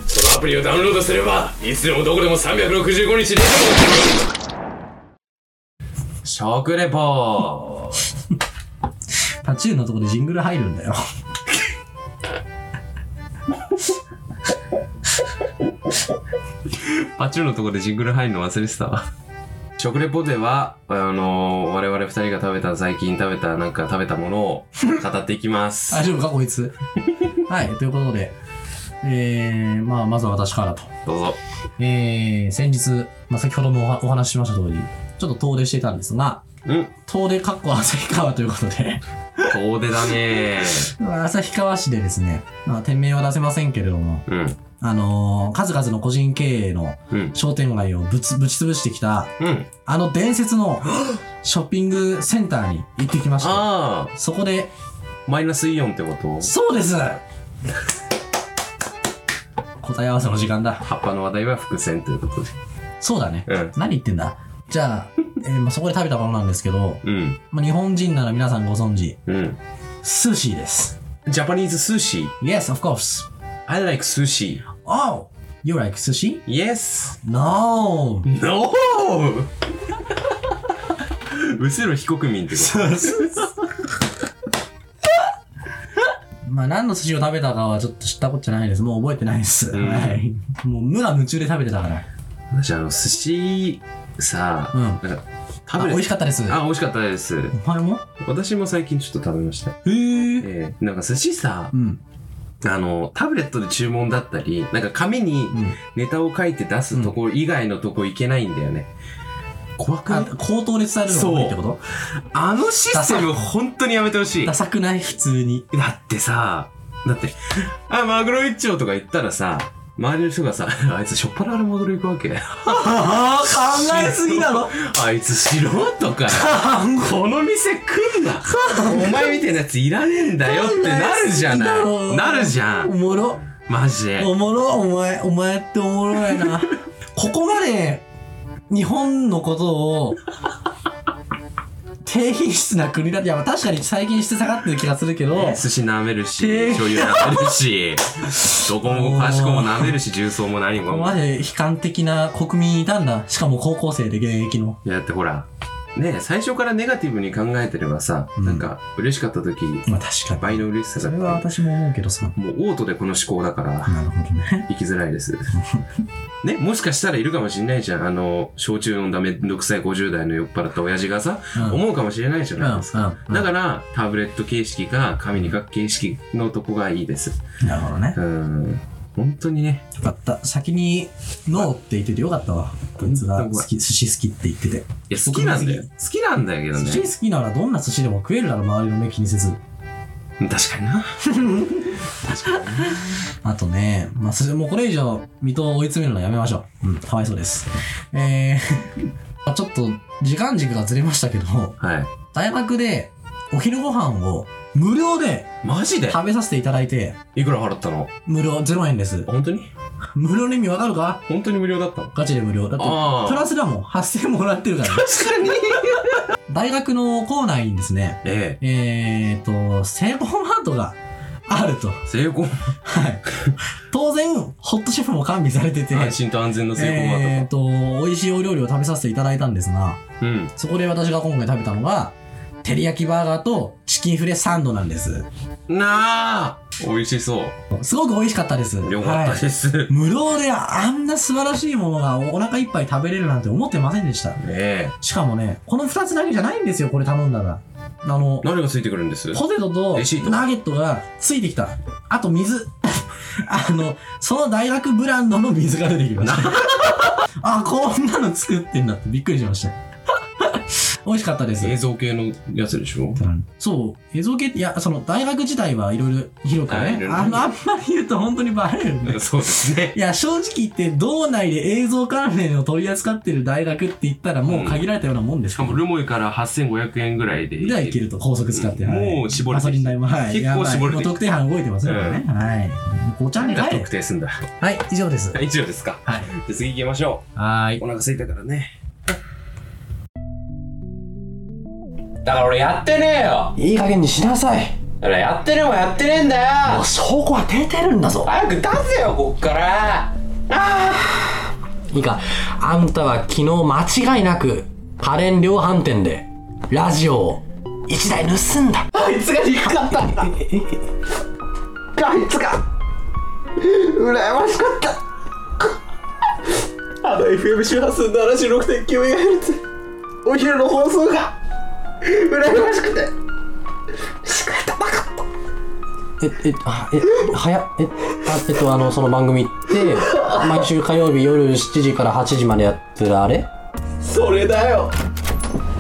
Speaker 4: そのアプリをダウンロードすればいつでもどこでも365日で
Speaker 3: 食レポ
Speaker 2: タチューのとこでジングル入るんだよ
Speaker 3: パチュンのところでジングル入るの忘れてたわ。食レポでは、あのー我々二人が食べた、最近食べた、なんか食べたものを語っていきます。
Speaker 2: 大丈夫かこいつ <laughs> はい、ということで、えー、まあ、まずは私からと。
Speaker 3: どうぞ。
Speaker 2: えー、先日、まあ、先ほどもおはお話ししました通り、ちょっと遠出していたんですが、
Speaker 3: うん。
Speaker 2: 遠出かっこ旭川ということで、 <laughs>
Speaker 3: 遠出だね
Speaker 2: まあ旭川市でですね、まあ、店名は出せませんけれども、
Speaker 3: うん。
Speaker 2: あのー数々の個人経営の
Speaker 3: うん。
Speaker 2: 商店街をぶつ、ぶち潰してきた、
Speaker 3: うん。
Speaker 2: あの伝説のショッピングセンターに行ってきました。
Speaker 3: あ
Speaker 2: そこで、
Speaker 3: あ、マイナスイオンってこと
Speaker 2: そうです答え合わせの時間だ。
Speaker 3: 葉っぱの話題は伏線ということで。
Speaker 2: そうだね。
Speaker 3: うん。
Speaker 2: 何言ってんだじゃあ、えーまあ、そこで食べたものなんですけど、
Speaker 3: うん。
Speaker 2: まあ、日本人なら皆さんご存知、
Speaker 3: うん。
Speaker 2: スーシーです。
Speaker 3: ジャパニーズ寿司。
Speaker 2: Yes, of course.
Speaker 3: I like sushi.
Speaker 2: Oh, you like sushi?
Speaker 3: Yes.
Speaker 2: No. <laughs>
Speaker 3: <laughs> No! うせろ非国民ってこと
Speaker 2: まあ何の寿司を食べたかはちょっと知ったことじゃないです。もう覚えてないです。
Speaker 3: ん
Speaker 2: はい。もう無我夢中で食べてたから。
Speaker 3: 私あの寿司さ、
Speaker 2: うん
Speaker 3: なんか
Speaker 2: あ、
Speaker 3: 食べ
Speaker 2: 美味しかったです。
Speaker 3: あ美味しかったです
Speaker 2: お前も
Speaker 3: 私も最近ちょっと食べました
Speaker 2: へえ。
Speaker 3: えー、なんか寿司さ
Speaker 2: うん。
Speaker 3: あのタブレットで注文だったりなんか紙に
Speaker 2: うん。
Speaker 3: ネタを書いて出すところ以外のとこいけないんだよね、怖くな
Speaker 2: あ
Speaker 3: い、
Speaker 2: 口頭で伝えるのが多いってこと
Speaker 3: あのシステム本当にやめてほしい
Speaker 2: ダ
Speaker 3: だ
Speaker 2: サくない普通に。
Speaker 3: ってさだって <laughs> 「あマグロ一丁」とか言ったらさ周りの人がさ <laughs> 「あいつしょっぱなからマグロ行くわけ
Speaker 2: ああ、考えすぎだろ
Speaker 3: <laughs> あいつ素人かよ」 <laughs> この店来ん <laughs> なお前みたいなやついらねえんだよってなるじゃな
Speaker 2: そんなやついたろ
Speaker 3: いなるじゃ
Speaker 2: <laughs> お
Speaker 3: ん
Speaker 2: もろ。
Speaker 3: マジで
Speaker 2: <laughs> おもろ、お前、お前っておもろい <laughs> な。ここまで、日本のことを、低品質な国だって、いや、確かに最近質下がってる気がするけど、
Speaker 3: 寿司舐めるし
Speaker 2: えー
Speaker 3: 醤油舐める <laughs> しどこもかしこも舐めるし重曹も何
Speaker 2: ここ
Speaker 3: も
Speaker 2: まで悲観的な国民いたんだ。しかも高校生で現役の。
Speaker 3: いやだってほらねえ最初からネガティブに考えてればさ、
Speaker 2: うん
Speaker 3: なんか嬉しかった時
Speaker 2: まあ確かに。
Speaker 3: 倍の嬉しさ
Speaker 2: そ
Speaker 3: だ
Speaker 2: れは
Speaker 3: った
Speaker 2: 私も思うけどさ。
Speaker 3: もうオートでこの思考だから
Speaker 2: なるほどね。
Speaker 3: 生きづらいです <laughs> ねもしかしたらいるかもしんないじゃんあの焼酎飲んだめんどくさい50代の酔っ払った親父がさ、
Speaker 2: うん。
Speaker 3: 思うかもしれないじゃ
Speaker 2: うん、うん
Speaker 3: ないですか、
Speaker 2: うん。
Speaker 3: だから、タブレット形式か、紙に書く形式のとこがいいです。
Speaker 2: なるほどね。
Speaker 3: うん。本当にね。
Speaker 2: よかった。先に、ノーって言っててよかったわ。こいつが好き、寿司好きって言ってて。
Speaker 3: いや、好きなんだよ。好きなんだけどね。
Speaker 2: 寿司好きならどんな寿司でも食えるだろ、周りの目気にせず。
Speaker 3: 確かにな。確かにな。
Speaker 2: あとね、まあ、それもうこれ以上、水戸を追い詰めるのはやめましょう。うん、かわいそうです。えー <laughs> まあ、ちょっと、時間軸がずれましたけど、
Speaker 3: はい。
Speaker 2: 大学で、お昼ご飯を、無料で
Speaker 3: マジで
Speaker 2: 食べさせていただいて、
Speaker 3: いくら払ったの
Speaker 2: 無料、0円です。
Speaker 3: 本当に
Speaker 2: 無料の意味わかるか
Speaker 3: 本当に無料だったの
Speaker 2: ガチで無料。だって、
Speaker 3: あー
Speaker 2: プラスだもん、8000円もらってるから、ね。
Speaker 3: 確かに
Speaker 2: 大学の校内にですね、
Speaker 3: え
Speaker 2: えーと、セーコーマートがあると。
Speaker 3: え。成功。
Speaker 2: はい。当然、ホットシェフも完備されてて、
Speaker 3: 安心と安全の成功マ
Speaker 2: え
Speaker 3: ー
Speaker 2: ー、と、美味しいお料理を食べさせていただいたんですが、
Speaker 3: ト。うん。
Speaker 2: そこで私が今回食べたのが、照り焼きバーガーとチキンフレサンドなんです。
Speaker 3: なあ美味しそう。
Speaker 2: すごく美味しかったです。
Speaker 3: よかった
Speaker 2: は
Speaker 3: です。
Speaker 2: い無料であんな素晴らしいものがお腹いっぱい食べれるなんて思ってませんでした。
Speaker 3: ええ。
Speaker 2: しかもね、この二つだけじゃないんですよ、これ頼んだら。あの、
Speaker 3: 何がついてくるんです
Speaker 2: ポテトと
Speaker 3: レシート
Speaker 2: ナゲットがついてきた。あと水。 <laughs> あの、その大学ブランドの水が出てきま
Speaker 3: <laughs>
Speaker 2: した。あ、こんなの作ってんだってびっくりしました。美味しかったです。
Speaker 3: 映像系のやつでしょ
Speaker 2: そう、映像系って、いや、その大学自体はいろいろ広く
Speaker 3: はい
Speaker 2: ね
Speaker 3: いろい、
Speaker 2: あ
Speaker 3: ろ
Speaker 2: の、あんまり言うと本当にバレるんで。
Speaker 3: <laughs> <laughs> そうですね。
Speaker 2: いや、正直言って、道内で映像関連を取り扱ってる大学って言ったらもう限られたようなもんです
Speaker 3: し
Speaker 2: け
Speaker 3: か
Speaker 2: ど
Speaker 3: もルモイから8500円ぐらいで
Speaker 2: ではいけると高速使って、
Speaker 3: うん
Speaker 2: はい
Speaker 3: もう絞れ
Speaker 2: ガ
Speaker 3: てきた
Speaker 2: ソリン代も、はい、
Speaker 3: 結構絞れてきた
Speaker 2: やばいもう特定班動いてますよね、はいごちゃに
Speaker 3: が
Speaker 2: 帰れ
Speaker 3: 特定すんだ
Speaker 2: はい以上です
Speaker 3: 以上ですか
Speaker 2: はい
Speaker 3: で次行きましょ
Speaker 2: は
Speaker 3: う
Speaker 2: い
Speaker 3: お腹空いたからねだから俺やってねえよ
Speaker 5: いい加減にしなさい
Speaker 3: だからやってるもやってねえんだよ
Speaker 5: もう証拠は出てるんだぞ
Speaker 3: 早く出せよこっから
Speaker 5: いいかあんたは昨日間違いなく家電量販店でラジオを1台盗んだあいつが憎かったあいつが羨ましかったあの FM 周波数 76.9MHz お昼の放送が羨ましくて仕方なかったえ、え、あ、え、早っ、え、あ、えっと、あの、その番組って、毎週火曜日夜7時から8時までやってるあれ
Speaker 1: それだよ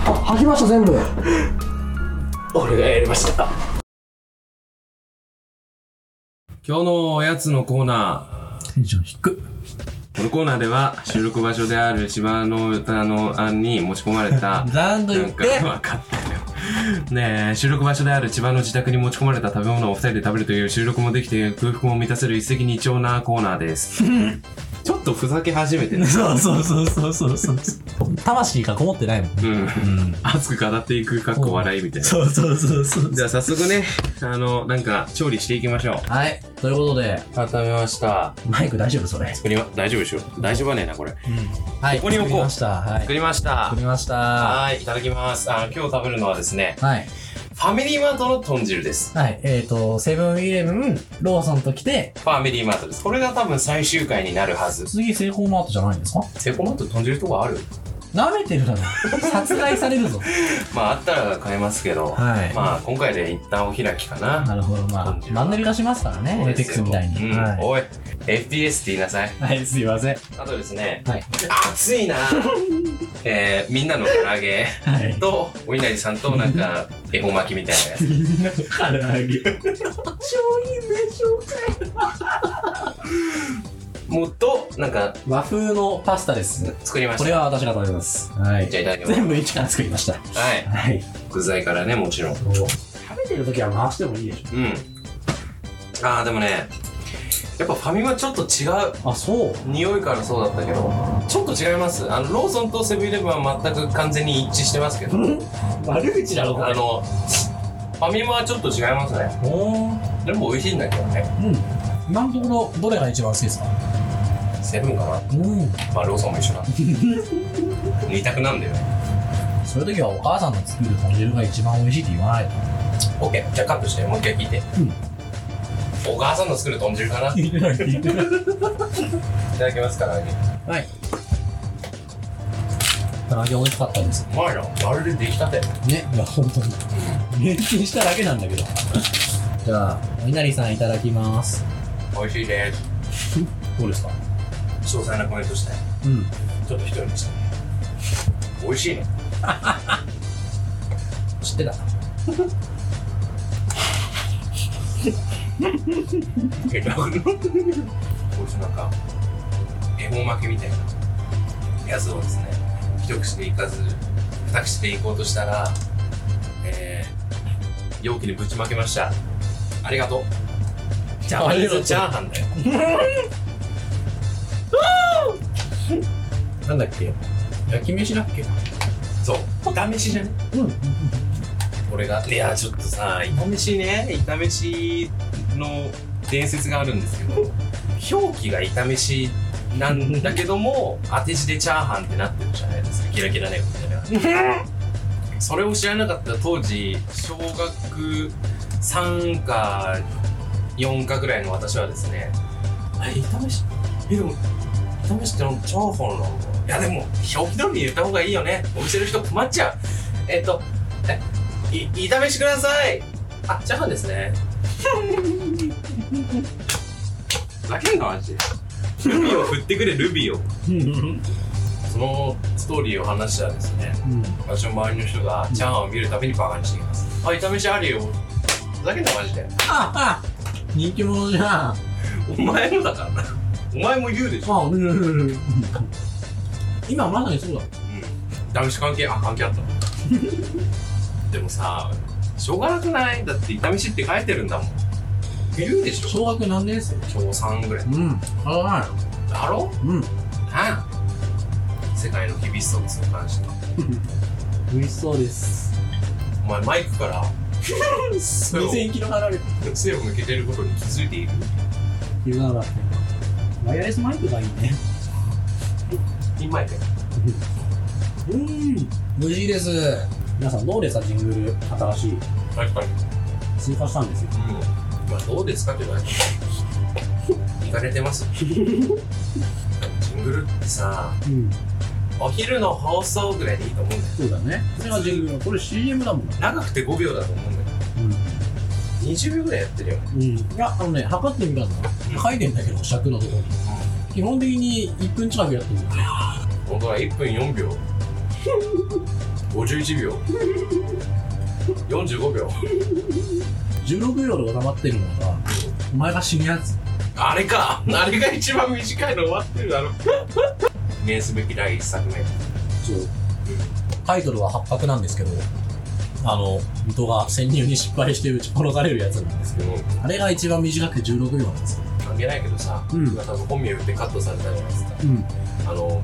Speaker 5: あ、吐きました、全部。
Speaker 1: 俺がやりました
Speaker 3: 今日のおやつのコーナー。
Speaker 2: テンション低っ。
Speaker 3: このコーナーでは収録場所である芝の歌の案に持ち込ま <laughs> れた
Speaker 2: ちゃんと言って
Speaker 3: なんか分かったよねえ収録場所である千葉の自宅に持ち込まれた食べ物を二人で食べるという収録もできて空腹も満たせる一石二鳥なコーナーです <laughs> ちょっとふざけ始めてね
Speaker 2: そうそうそうそうそうそう。魂がこもってないもん。
Speaker 3: うん
Speaker 2: うん。
Speaker 3: 熱く語っていくかっこ笑いみたいな
Speaker 2: そうそうそうそう。
Speaker 3: じゃあ早速ねあのなんか調理していきましょう
Speaker 2: はい。ということで、
Speaker 3: あ食べました
Speaker 2: マイク大丈夫それ。
Speaker 3: 作りま大丈夫でしょ大丈夫はねえなこれ
Speaker 2: はい。
Speaker 3: ここに置こう
Speaker 2: 作りました。はい。
Speaker 3: りました
Speaker 2: 作りました。
Speaker 3: はいいただきますあ今日食べるのはですね
Speaker 2: はい。
Speaker 3: ファミリーマートの豚汁です。
Speaker 2: はい。えっ、と、セブンイレブン、ローソンと来て、
Speaker 3: ファミリーマートです。これが多分最終回になるはず。
Speaker 2: 次、セイコーマートじゃないんですか
Speaker 3: セコマート豚汁とかある
Speaker 2: 舐めてるだ
Speaker 3: <laughs>
Speaker 2: ろ。殺害されるぞ。
Speaker 3: まああったら買えますけど、
Speaker 2: はい
Speaker 3: まあ今回で一旦お開きかな。
Speaker 2: なるほど。まあ、マンネリ化しますからね。エテックスみたいに。
Speaker 3: うん
Speaker 2: は
Speaker 3: おい、FPS って言いなさ
Speaker 2: い。
Speaker 3: い。
Speaker 2: はい、すいません。
Speaker 3: あとですね、
Speaker 2: はい。
Speaker 3: 暑いな
Speaker 2: <laughs>
Speaker 3: えー、みんなの唐揚げ
Speaker 2: はい。
Speaker 3: と、お稲荷さんとなんか、恵方 <laughs> 巻きみたいなやつ。
Speaker 2: みんな唐揚げ。
Speaker 3: もっと、なんか、
Speaker 2: 和風のパスタです。
Speaker 3: 作りま
Speaker 2: こ
Speaker 3: した。
Speaker 2: れは私が食べます。はい
Speaker 3: じ。ゃあいただきます。
Speaker 2: 全部一から作りました。
Speaker 3: はい。
Speaker 2: はい。
Speaker 3: 具材からね、もちろん。
Speaker 5: 食べてる時は回してもいいでし
Speaker 3: うん。ああ、でもね、やっぱファミマちょっと違う。
Speaker 5: ょ。あ、そう。
Speaker 3: 匂いからそうだったけどちょっと違いますあのローソンとセブンイレブンは全く完全に一致してますけど
Speaker 2: 悪口だ
Speaker 3: あのファミマはちょっと違いますね
Speaker 2: おー。
Speaker 3: でも美味しいんだけどね
Speaker 2: うん。今のところ、どれが一番好きですか
Speaker 3: セブンかな
Speaker 2: うん。
Speaker 3: まあローソンも <laughs> 一緒だ二択なんだよね
Speaker 2: そういう時はお母さんの作る豚汁が一番美味しいって言わないと。
Speaker 3: OK じゃあカットしてもう一回聞いて、
Speaker 2: ん
Speaker 3: お母さんの作る豚汁かない
Speaker 2: 言ってない、言ってない。
Speaker 3: ただきますからね
Speaker 2: はい。唐揚げ美味しかったです。
Speaker 3: うまいなまるで出来たて
Speaker 2: ね、いや、本当に。熱ンしただけなんだけど。じゃあ、お稲荷さんいただきます。
Speaker 3: 美味しいです
Speaker 2: どうですか
Speaker 3: 詳細なコメントしたい
Speaker 2: うん。
Speaker 3: ちょっと一人にして美味しいね
Speaker 2: 知ってた。
Speaker 3: 結局のこいつなんか恵方巻きみたいなやつをですね一口でいかず二口でいこうとしたら、えー、容器にぶちまけましたありがとうジャパニーズチャーハンだよ
Speaker 2: なんだっけ
Speaker 3: 焼き飯だっけそう炒飯じゃね
Speaker 2: うん。
Speaker 3: 俺がいやちょっとさ炒飯ね炒飯の伝説があるんですけど表記が炒飯なんだけども当て字でチャーハンってなってるじゃないですかキラキラ猫みたいなそれを知らなかった当時小学3か4かぐらいの私はですねえ炒飯えでも炒飯ってなんかチャーハンなんだいやでも表記通りに言った方がいいよねお店の人困っちゃうえっとい、炒めしてください。あ、チャーハンですね。ふざけんな、マジで。ルビーを振ってくれ、ルビーを。そのストーリーを話したらですね、私の周りの人がチャーハンを見るたびにバカにしてきます。あ、炒めしあるよ。ふざけんな、マジで。
Speaker 2: ああ人気者じゃん。
Speaker 3: お前もだからな。お前も言うでしょ。
Speaker 2: あ、うんうんうんうん。今まさにそうだ。
Speaker 3: うん。ダメし関係、あ、関係あった。 <laughs> でもさ、しょうがなくないだって炒めしって書いてるんだもん。言うでしょ。
Speaker 2: 小学何年生
Speaker 3: 今日3ぐらい。
Speaker 2: うん。あら
Speaker 3: だろ
Speaker 2: ない。うん。
Speaker 3: なあ世界の厳しさを痛感した
Speaker 2: 美味しそうです。
Speaker 3: お前マイクから背を
Speaker 2: キロ払われて
Speaker 3: 背を向けてることに気づいている
Speaker 2: るなら。ワイヤレスマイクがいいね。
Speaker 3: 今やで
Speaker 2: うん。無事です。皆さん、どうでしたジングル、新しい。
Speaker 3: 確かに
Speaker 2: 追加したんですよ。
Speaker 3: うんまあどうですかって言われて <laughs> 行かれてますジングルってさ
Speaker 2: うん。
Speaker 3: お昼の放送ぐらいでいいと思うんだよ
Speaker 2: そうだね。これがジングル、これ CM だもんな。
Speaker 3: 長くて5秒だと思うんだよ
Speaker 2: うん。
Speaker 3: 2
Speaker 6: 20秒ぐらいやってるよ
Speaker 2: うん、いやあのね測ってみたんだ書いてんだけど尺のところに基本的に1分近くやってるんだよね
Speaker 3: 本当は1分4秒51秒45秒
Speaker 2: 16秒で収まってるのがお前が死ぬやつ
Speaker 3: あれかあれが一番短いの終わってるだろ記念すべき第一作目
Speaker 2: タイトルは「八角」なんですけどあの水戸が潜入に失敗して撃ち殺されるやつなんですけどあれが一番短くて16秒なんですよ
Speaker 3: 関係ないけどさ、
Speaker 2: うん
Speaker 3: 今多分本名言ってカットされたじゃないですか
Speaker 2: うん
Speaker 3: あの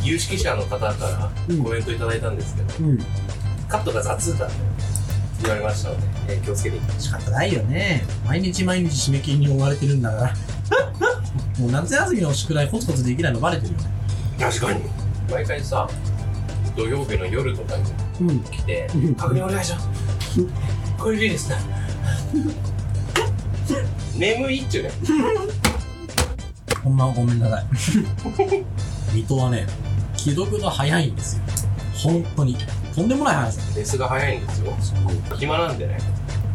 Speaker 3: 有識者の方から
Speaker 2: うん
Speaker 3: コメントいただいたんですけど、
Speaker 2: うん
Speaker 3: カットが雑だって言われましたので、えー気をつけていきましょう
Speaker 2: 仕方ないよね毎日毎日締め切りに追われてるんだから <laughs> もう夏休みの宿題コツコツできないのバレてるよね
Speaker 3: 確かに毎回さ土曜日の夜とかに
Speaker 2: うん
Speaker 3: 来て「確認お願いします」「これでいいですね」眠いっちゅうね
Speaker 2: ほんまごめんなさい水戸はね既読が早いんですよ本当にとんでもない話だ
Speaker 3: レスが早いんですよ暇なんでね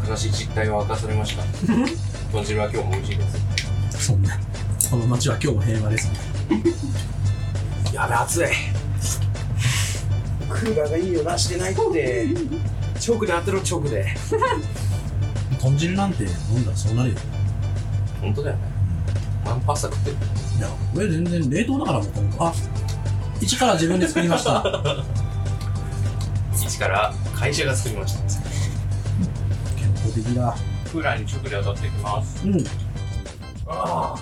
Speaker 3: 悲しい実態を明かされました豚汁は今日も美味しいです
Speaker 2: そんなこの街は今日も平和です
Speaker 3: やべ暑いクーラーがいいよなしてないってチョークで当てろチョークで
Speaker 2: 豚汁なんて飲んだらそうなるよ
Speaker 3: 本当だよねマンパスタ食ってる
Speaker 2: いや、俺全然冷凍だからもともと。あ、一から自分で作りま <laughs> した。
Speaker 3: 一から会社が作りました
Speaker 2: 健康的だ。
Speaker 3: クーラーに直で当たってきます。
Speaker 2: うん。
Speaker 3: あ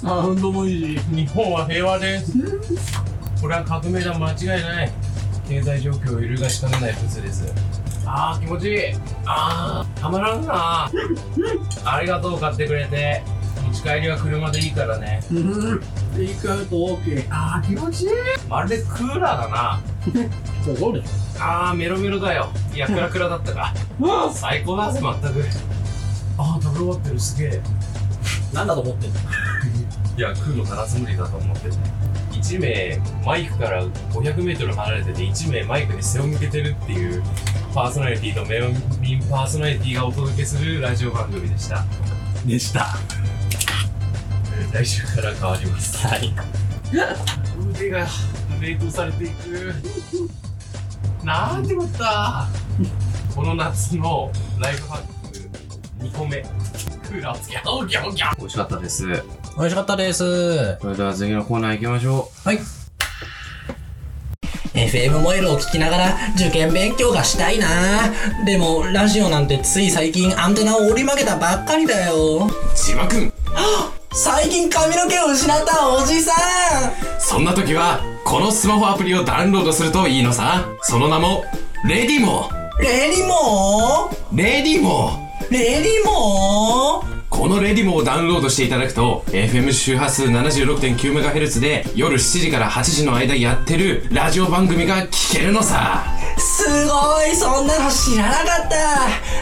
Speaker 2: サウンドもいいし。
Speaker 3: あ、日本は平和です。これは革命だ、間違いない。経済状況を揺るがしかねない物です。ああ、気持ちいい。ああ、たまらんな。ありがとう、買ってくれて。持ち帰りは車でいいからね。
Speaker 2: うん。テイクアウト OK。
Speaker 3: ああ、気持ちいい。まるでクーラーだな。
Speaker 2: そう、そうです。
Speaker 3: ああ、メロメロだよ。いや、クラクラだったか。最高だぜ、まったく。ああ、ダブル終わってる、すげえ。
Speaker 2: なんだと思ってんの
Speaker 3: いや、食うのからつむりだと思ってて。1名マイクから500メートル離れてて1名マイクに背を向けてるっていうパーソナリティとメロミンパーソナリティがお届けするラジオ番組でした
Speaker 2: でした。
Speaker 3: えー来週から変わります
Speaker 2: はい。
Speaker 3: 腕が冷凍されていくなんてこったこの夏のライブハック2個目クーラーつけあおぎゃおぎゃ
Speaker 7: 美味しかったです。
Speaker 8: 美味しかったです。
Speaker 7: それでは次のコーナー行きましょ
Speaker 9: FM モエルを聞きながら受験勉強がしたいなでもラジオなんてつい最近アンテナを折り曲げたばっかりだよ
Speaker 3: 千葉君
Speaker 9: 最近髪の毛を失ったおじさ
Speaker 3: そんな時はこのスマホアプリをダウンロードするといいのさその名もレディ
Speaker 9: ん
Speaker 3: モ
Speaker 9: レディモ
Speaker 3: レディモ
Speaker 9: ーレディモー
Speaker 3: このレディモをダウンロードしていただくと FM 周波数 76.9MHz で夜7時から8時の間やってるラジオ番組が聞けるのさ
Speaker 9: すごいそんなの知らなかっ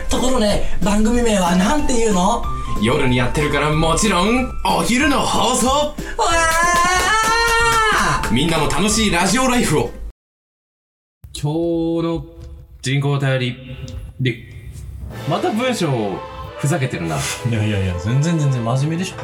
Speaker 9: たところで番組名は何ていうのわ
Speaker 3: 夜にやってるからもちろんお昼の放送
Speaker 9: あ
Speaker 3: みんなの楽しいラジオライフを
Speaker 7: う。今日の人工頼りで、また文章をふざけてるな。
Speaker 2: いやいやいや、全然全然真面目でしょ。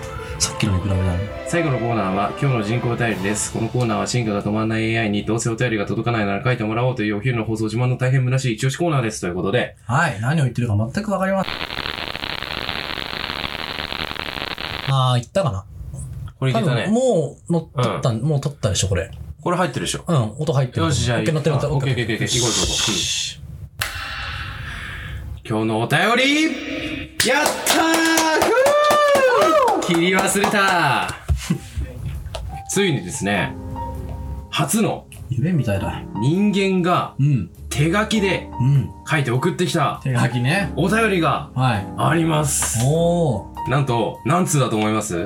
Speaker 2: さっきのに比べたら。
Speaker 7: 最後のコーナーは今日の人工頼りです。このコーナーは進化が止まらない AI にどうせお便りが届かないなら書いてもらおうというお昼の放送自慢の大変虚しい一押しコーナーですということで、
Speaker 2: はい。何を言ってるか全くわかりません。
Speaker 8: あー、言ったかな
Speaker 7: これい
Speaker 8: 多
Speaker 7: けた
Speaker 8: 分、
Speaker 7: ね。
Speaker 8: もう乗っった、もう撮ったでしょ、これ。
Speaker 7: これ入ってるでしょ。
Speaker 8: うん、音入ってる。
Speaker 7: よし、じゃあ、
Speaker 8: オッケー乗ってる乗ってる。
Speaker 7: オッケーオッケーオッケー、行こう行こう今日のお便りやったーふー切り忘れたついにですね、初の
Speaker 2: 夢みたいだ。
Speaker 7: 人間が
Speaker 2: うん。
Speaker 7: 手書きで
Speaker 2: うん。
Speaker 7: 書いて送ってきた
Speaker 2: 手書きね。
Speaker 7: お便りが
Speaker 2: はい。
Speaker 7: あります。
Speaker 2: おー。
Speaker 7: なんと、何通だと思います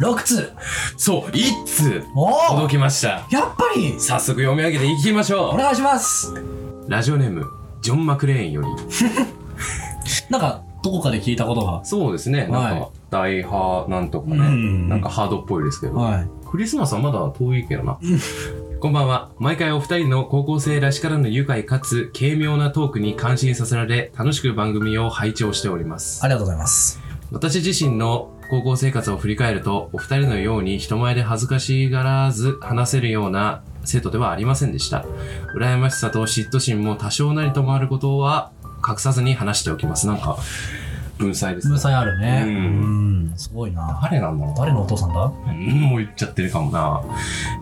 Speaker 2: 6通。
Speaker 7: そう、1通
Speaker 2: おー
Speaker 7: 届きました。
Speaker 2: やっぱり
Speaker 7: 早速読み上げていきまし
Speaker 2: お
Speaker 7: ょ
Speaker 2: 願いします。
Speaker 7: う。ラジオネーム、ジョン・マクレーンより。
Speaker 2: なんか、どこかで聞いたことが。
Speaker 7: そうですね、なん
Speaker 2: は
Speaker 7: か、大派なんとかね、
Speaker 2: うん
Speaker 7: なんかハードっぽいですけど。
Speaker 2: はい。
Speaker 7: クリスマスはまだ遠いけどな。
Speaker 3: こんばんは。毎回お二人の高校生らしからぬ愉快かつ軽妙なトークに感心させられ、楽しく番組を拝聴しております。
Speaker 2: ありがとうございます。
Speaker 3: 私自身の高校生活を振り返ると、お二人のように人前で恥ずかしがらず話せるような生徒ではありませんでした。羨ましさと嫉妬心も多少なりともあることは隠さずに話しておきます。なんか、文才です
Speaker 2: 文
Speaker 3: ね。
Speaker 2: 才あるね。
Speaker 3: う
Speaker 2: うんん、すごいな。
Speaker 3: 誰なんだろうな
Speaker 2: 誰のお父さんだ
Speaker 3: うんもう言っちゃってるかもな。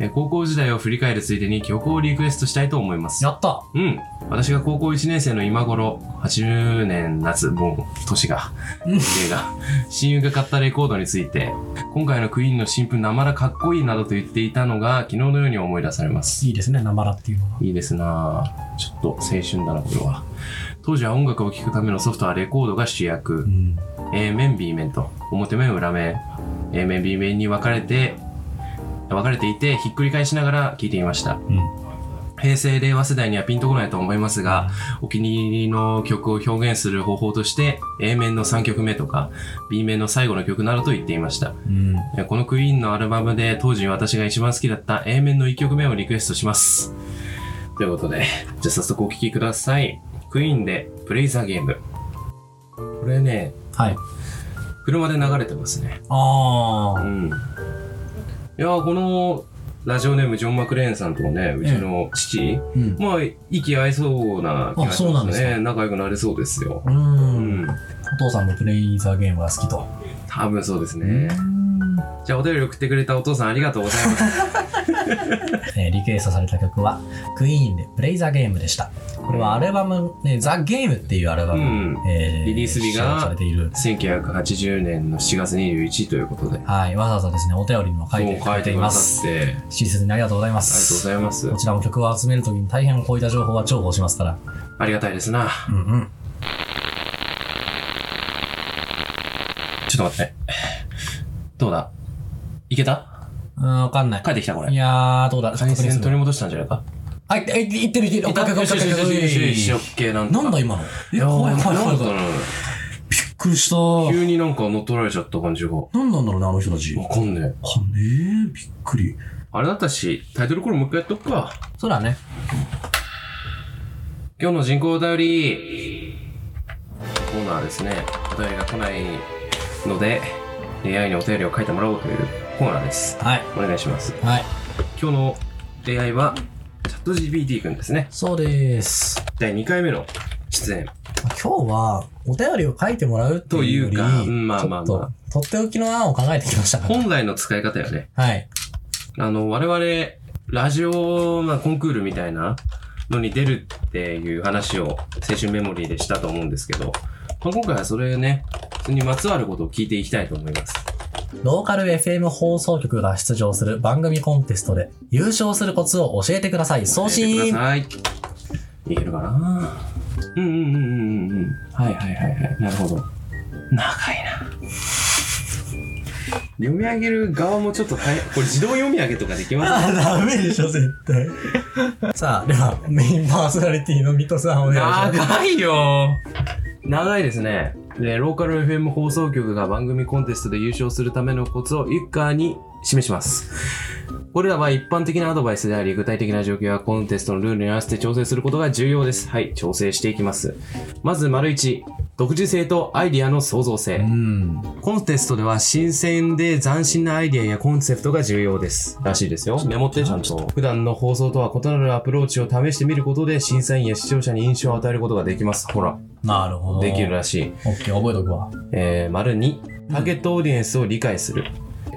Speaker 3: え高校時代を振り返るついでに曲をリクエストしたいと思います。
Speaker 2: やった
Speaker 3: うん。私が高校1年生の今頃、80年夏、もう年が、映画、親友が買ったレコードについて、今回のクイーンの新譜なまらかっこいいなどと言っていたのが、昨日のように思い出されます。
Speaker 2: いいですね、なまらっていうのは。
Speaker 3: いいですなぁちょっと青春だな、これは。当時は音楽を聴くためのソフトはレコードが主役
Speaker 2: う。ん。
Speaker 3: A 面 B 面と表面裏面 A 面 B 面に分かれて分かれていてひっくり返しながら聞いていました、平成令和世代にはピンとこないと思いますがお気に入りの曲を表現する方法として A 面の3曲目とか B 面の最後の曲などと言っていました
Speaker 2: うん。
Speaker 3: えこのクイーンのアルバムで当時私が一番好きだった A 面の1曲目をリクエストしますということでじゃあ早速お聴きくださいクイーンで「プレイザーゲーム」これね
Speaker 2: はい。
Speaker 3: 車で流れてますね
Speaker 2: あ
Speaker 3: う
Speaker 2: ー。
Speaker 3: んいやーこのラジオネームジョン・マクレーンさんともねうちの父、
Speaker 2: うん。
Speaker 3: まあ息合いそうな気が
Speaker 2: あ
Speaker 3: し
Speaker 2: そうなん
Speaker 3: ま
Speaker 2: ですす
Speaker 3: ね
Speaker 2: か
Speaker 3: 仲良くなれそうですよ
Speaker 2: う。
Speaker 3: うんん
Speaker 2: お父さんのプレイザーゲームが好きと。
Speaker 3: 多分そうですねじゃあお便り送ってくれたお父さんありがとうございます
Speaker 2: えーリクエストされた曲は、クイーンでプレイザーゲームでした。これはアルバム、ね、ザ・ゲームっていうアルバ
Speaker 3: <laughs> う
Speaker 2: ム、
Speaker 3: ん
Speaker 2: え
Speaker 3: リリース日が
Speaker 2: 使用されている。
Speaker 3: 1980年の7月21日ということで
Speaker 2: はい。わざわざですね、お便りにも書いて
Speaker 3: もう
Speaker 2: く
Speaker 3: 書
Speaker 2: れ
Speaker 3: い
Speaker 2: て
Speaker 3: て
Speaker 2: い
Speaker 3: くだ
Speaker 2: ま
Speaker 3: さっ
Speaker 2: す。
Speaker 3: てありがとう
Speaker 2: 親切にありがとうございます。
Speaker 3: ございます
Speaker 2: こちらも曲を集めるときに大変超えた情報は重宝しますから。
Speaker 3: ありがたいですな
Speaker 2: うんうん。
Speaker 3: ちょっと待ってどうだいけた
Speaker 2: うん、わかんない。
Speaker 3: 帰ってきたこれ
Speaker 2: いやー、どうだ
Speaker 3: 回線取
Speaker 2: る。
Speaker 3: り戻したんじゃないか
Speaker 2: あ、いって、いってる、いってる。
Speaker 3: いた
Speaker 2: 追っかけ追っかけ追っかけ追っかけな
Speaker 3: な
Speaker 2: んんだ
Speaker 3: だ
Speaker 2: 今の。
Speaker 3: い
Speaker 2: え、
Speaker 3: や
Speaker 2: 怖い怖い怖い怖
Speaker 3: な
Speaker 2: い。び
Speaker 3: ん
Speaker 2: っ
Speaker 3: だろ
Speaker 2: くりした。
Speaker 3: う急になんか乗っ取られちゃった感じが。わ
Speaker 2: なんなんだろうね、あの人たち。
Speaker 3: かんね
Speaker 2: あ
Speaker 3: え。
Speaker 2: ねー、びっくり。
Speaker 3: あれだったし、タイトルコールもう一回やっとくか。
Speaker 2: そうだね。
Speaker 3: 今日の人口お便り。コーナーですね。お便りが来ないので、AI にお便りを書いてもらおうというコーナーです。
Speaker 2: はい。
Speaker 3: お願いします。
Speaker 2: はい。
Speaker 3: 今日の AI は、チャット GPT 君ですね。
Speaker 2: そうです。
Speaker 3: 第2回目の出演。
Speaker 2: まあ今日は、お便りを書いてもらうというより、
Speaker 3: というかうんまあまあまあ
Speaker 2: ちょっと、とっておきの案を考えてきましたから。
Speaker 3: 本来の使い方よね。
Speaker 2: はい。
Speaker 3: あの、我々、ラジオ、まあ、コンクールみたいなのに出るっていう話を青春メモリーでしたと思うんですけど、まあ、今回はそれね、それにまつわることを聞いていきたいと思います。
Speaker 2: ローカル FM 放送局が出場する番組コンテストで優勝するコツを教えてください。送
Speaker 3: 教えてく
Speaker 2: 信
Speaker 3: ださい。いけるかなうんうんうんうんうんうん。はいはいはいはい。なるほど。長いな。読み上げる側もちょっと大変。これ自動読み上げとかできます
Speaker 2: あ、ダメでしょ、絶対。 <laughs> さあ、では、メインパーソナリティの水戸さんお願いします。
Speaker 3: 長いよ長いですねでローカル FM 放送局が番組コンテストで優勝するためのコツを一家に示しますこれらは一般的なアドバイスであり具体的な状況やコンテストのルールに合わせて調整することが重要ですはい調整していきますまず丸1独自性とアイディアの創造性
Speaker 2: うん。
Speaker 3: コンテストでは新鮮で斬新なアイディアやコンセプトが重要です。らしいですよ。メモってちゃんと。普段の放送とは異なるアプローチを試してみることで審査員や視聴者に印象を与えることができます。ほら、
Speaker 2: なるほど。
Speaker 3: できる。らしい。
Speaker 2: オッケー、覚えとくわ。
Speaker 3: えー、丸2、ターゲットオーディエンスを理解する。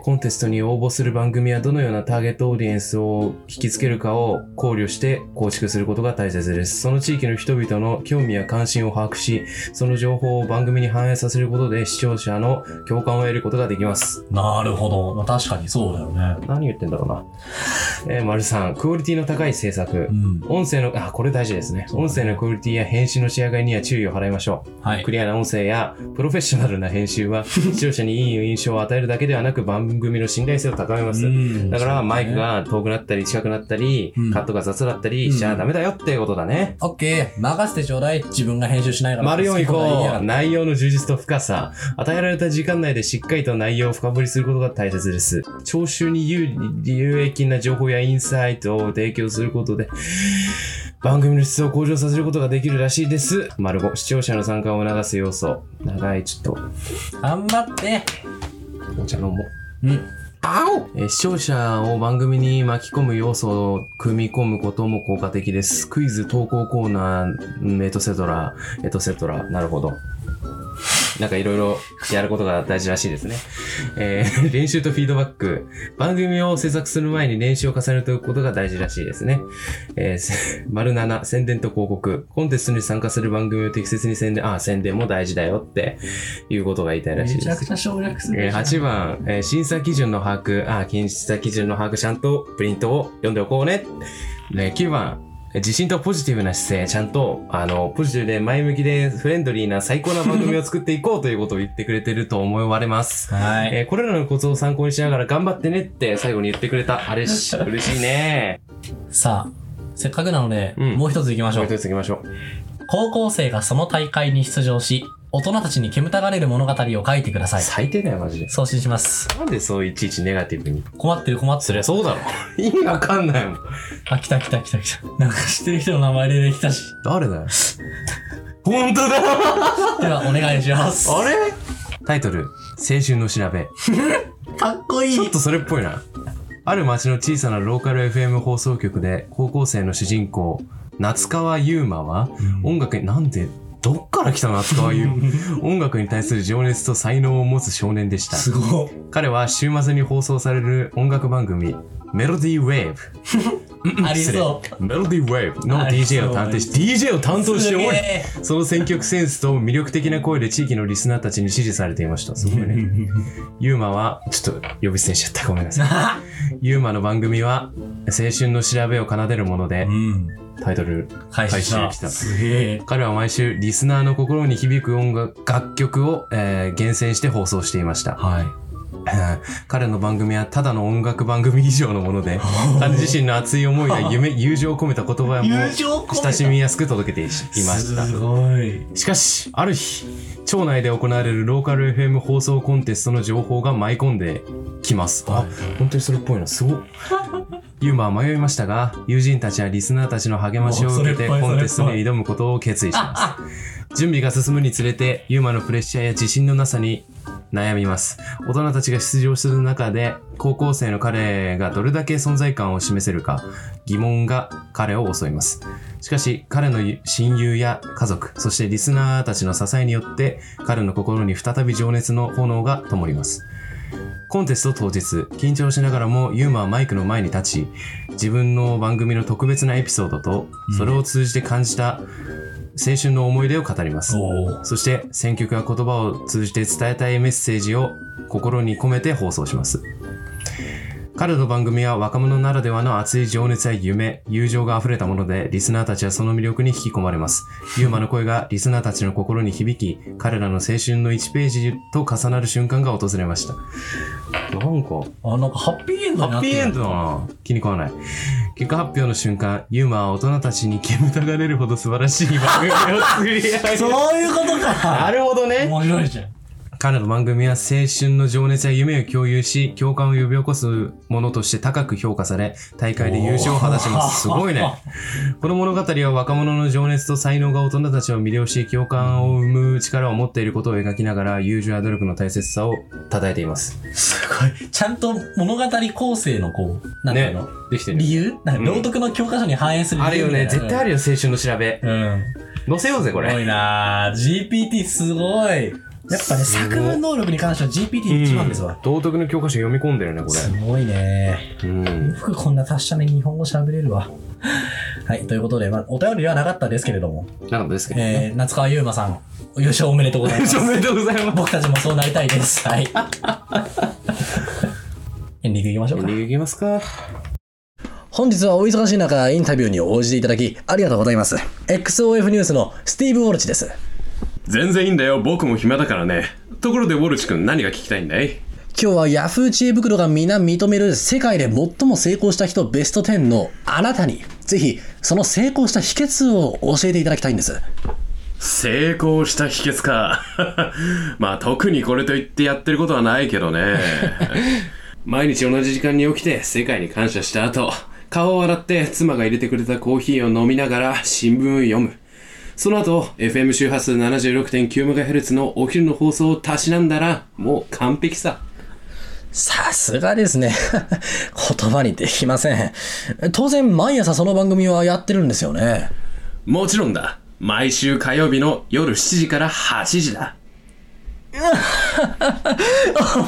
Speaker 3: コンテストに応募する番組はどのようなターゲットオーディエンスを引きつけるかを考慮して構築することが大切です。その地域の人々の興味や関心を把握し、その情報を番組に反映させることで視聴者の共感を得ることができます。
Speaker 10: なるほど。まあ確かにそうだよね。
Speaker 3: 何言ってんだろうな。えー、丸さん、クオリティの高い制作
Speaker 10: う。ん。
Speaker 3: 音声の、あ、これ大事ですね。
Speaker 10: そう
Speaker 3: 音
Speaker 10: だね
Speaker 3: 声のクオリティや編集の仕上がりには注意を払いましょう。
Speaker 10: はい
Speaker 3: クリアな音声やプロフェッショナルな編集は、視聴者にいい印象を与えるだけではなく、番番組の信頼性を高めます。だから、マイクが遠くなったり近くなったり、
Speaker 10: うん
Speaker 3: カットが雑だったりしちゃダメだよってことだね。
Speaker 10: オッケー任せてちょうだい自分が編集しないから
Speaker 3: 丸4以
Speaker 10: 好きなこと言いや
Speaker 3: 降
Speaker 10: が、って
Speaker 3: 内容の充実と深さ。与えられた時間内でしっかりと内容を深掘りすることが大切です。聴衆に有有益な情報やインサイトを提供することで、番組の質を向上させることができるらしいです。丸5、視聴者の参加を促す要素。長い、ちょっと、
Speaker 10: 頑張って
Speaker 3: お茶飲もう。
Speaker 10: うん
Speaker 3: えー視聴者を番組に巻き込む要素を組み込むことも効果的です。クイズ、投稿コーナーうん、エトセトラ、エトセトラ、なるほど。なんかいろいろやることが大事らしいですね。えー練習とフィードバック。番組を制作する前に練習を重ねておくことが大事らしいですね。えーせ丸7、宣伝と広告。コンテストに参加する番組を適切に宣伝、あ、宣伝も大事だよっていうことが言いたいらし
Speaker 10: め
Speaker 3: いです
Speaker 10: ち。ゃくちゃ省略する
Speaker 3: えー8番、えー審査基準の把握、あー、検査基準の把握、ちゃんとプリントを読んでおこうね。ね9番、えー自信とポジティブな姿勢、ちゃんと、あの、ポジティブで前向きでフレンドリーな最高な番組を作っていこうということを言ってくれてると思われます。
Speaker 10: はい
Speaker 3: えーこれらのコツを参考にしながら頑張ってねって最後に言ってくれた。あれし、嬉しいね。
Speaker 2: さあ、せっかくなので、
Speaker 3: うん
Speaker 2: もう一つ行きましょ
Speaker 3: もう
Speaker 2: う。
Speaker 3: 一つ行きましょ
Speaker 2: 高校生がその大会に出場し、大人たちに煙たがれる物語を書いてくださ
Speaker 3: う。
Speaker 2: い。
Speaker 3: 最低だよ、マジで。
Speaker 2: 送信します。
Speaker 3: なんでそういちいちネガティブに。
Speaker 2: 困ってる困って
Speaker 3: そ
Speaker 2: る。
Speaker 3: りゃそうだろ。意味わかんないもん。
Speaker 2: あ、来た来た来た来た。なんか知ってる人の名前出てき
Speaker 3: <laughs>
Speaker 2: たし。
Speaker 3: 誰だよ。本当だよ
Speaker 2: では、お願いします。
Speaker 3: あれタイトル、青春の調べ。
Speaker 10: かっこい
Speaker 3: ちょっとそれっぽいな。ある町の小さなローカル FM 放送局で高校生の主人公、夏川優馬は、音楽に、なんで、どっから来たの夏川優馬。音楽に対する情熱と才能を持つ少年でした。
Speaker 10: すごっ
Speaker 3: 彼は週末に放送される音楽番組、メロディーウェーブ。
Speaker 2: ありそ
Speaker 3: メロディーウェーブの DJ を担当し、DJ を担当しており、その選曲センスと魅力的な声で地域のリスナーたちに支持されていました。すごいね。
Speaker 2: <laughs>
Speaker 3: ユーマは、ちょっと呼び捨てしちゃった。ごめんなさい。ユーマの番組は、青春の調べを奏でるもので
Speaker 10: う、ん
Speaker 3: タイトル、
Speaker 2: 開始した
Speaker 3: 開始した。
Speaker 10: すげえ
Speaker 3: 彼は毎週、リスナーの心に響く音楽、楽曲を、えー厳選して放送していました。 <laughs>
Speaker 10: はい
Speaker 3: 彼の番組はただの音楽番組以上のもの <laughs> で、彼自身の熱い思いや夢、友情を込めた言葉も、親しみやすく届けていました。
Speaker 10: すごい
Speaker 3: しかし、ある日、町内で行われるローカル FM 放送コンテストの情報が舞い込んできます。あ、本当にそれっぽいな。すごっ。ユーマは迷いましたが、友人たちやリスナーたちの励ましを受けて
Speaker 10: うわそれっぽい
Speaker 3: コンテストに挑むことを決意します。準備が進むにつれて、ユーマのプレッシャーや自信のなさに悩みます。大人たちが出場する中で、高校生の彼がどれだけ存在感を示せるか、疑問が彼を襲います。しかし、彼の親友や家族、そしてリスナーたちの支えによって、彼の心に再び情熱の炎が灯ります。コンテスト当日、緊張しながらもユーマはマイクの前に立ち、自分の番組の特別なエピソードと、それを通じて感じた青春の思い出を語ります。
Speaker 10: お
Speaker 3: そして選曲や言葉を通じて伝えたいメッセージを心に込めて放送します彼の番組は若者ならではの熱い情熱や夢、友情が溢れたもので、リスナーたちはその魅力に引き込まれます。ユーマの声がリスナーたちの心に響き、彼らの青春の1ページと重なる瞬間が訪れました。なんか、
Speaker 10: あなんかハッピーエンド
Speaker 3: ハ
Speaker 10: にな
Speaker 3: ッ
Speaker 10: っ
Speaker 3: ピ
Speaker 10: て
Speaker 3: ー
Speaker 10: る
Speaker 3: エンドだな。気に食わない。結果発表の瞬間、ユーマは大人たちに煙たがれるほど素晴らしい番組を作り上げた。
Speaker 10: そういうことか
Speaker 3: なるほどね。
Speaker 10: 面白いじゃん
Speaker 3: 彼の番組は青春の情熱や夢を共有し、共感を呼び起こすものとして高く評価され、大会で優勝を果たします。すごいね。この物語は若者の情熱と才能が大人たちを魅了し、共感を生む力を持っていることを描きながら、友情や努力の大切さを称えています。
Speaker 10: すごいちゃんと物語構成のこうなんていうの、
Speaker 3: ねできてる。
Speaker 10: 理由なんか朗読の教科書に反映する
Speaker 3: あ
Speaker 10: 理由
Speaker 3: るよ
Speaker 10: みたいな
Speaker 3: ね。絶対あるよ、青春の調べ。
Speaker 10: うん
Speaker 3: 載せようぜ、
Speaker 10: す
Speaker 3: こ
Speaker 10: ご
Speaker 3: れ。
Speaker 10: いなぁ GPT すごいやっぱね
Speaker 3: すごい
Speaker 10: 作文能力に関しては GPT 一番ですわ、
Speaker 3: 道徳の教科書読み込んでるね、こ
Speaker 10: すごいね
Speaker 3: れ。うん。
Speaker 10: よくこんな達者に日本語喋れるわはいということで、まあ、お便りではなかったですけれども、
Speaker 3: なかったですけど。
Speaker 10: えー、夏川優馬さん優勝おめでとうございます
Speaker 3: <laughs> おめでとうござい
Speaker 2: <laughs>
Speaker 3: ます。
Speaker 10: 僕たちもそうなりたいです
Speaker 5: <laughs>
Speaker 10: はいエンディングいきましょうか
Speaker 3: いきますか。
Speaker 5: 本日はお忙しい中、インタビューに応じていただき、ありがとうございます。XOF ニュースのスティーブ・ウォルチです。
Speaker 11: 全然いいんだよ僕も暇だからねところでウォルチ君何が聞きたいんだい
Speaker 5: 今日はヤフー知恵袋が皆認める世界で最も成功した人ベスト10のあなたに、ぜひその成功した秘訣を教えていただきたいんです。
Speaker 11: 成功した秘訣か。 <laughs> まあ特にこれといってやってることはないけど <laughs> ね。毎日同じ時間に起きて世界に感謝した後、顔を洗って妻が入れてくれたコーヒーを飲みながら新聞を読む。その後、FM 周波数 76.9MHz のお昼の放送をたしなんだら、もう完璧さ。
Speaker 5: さすがですね。 <laughs> 言葉にできません。当然、毎朝その番組はやってるんですよね。
Speaker 11: もちろんだ。毎週火曜日の夜7時から8時だ。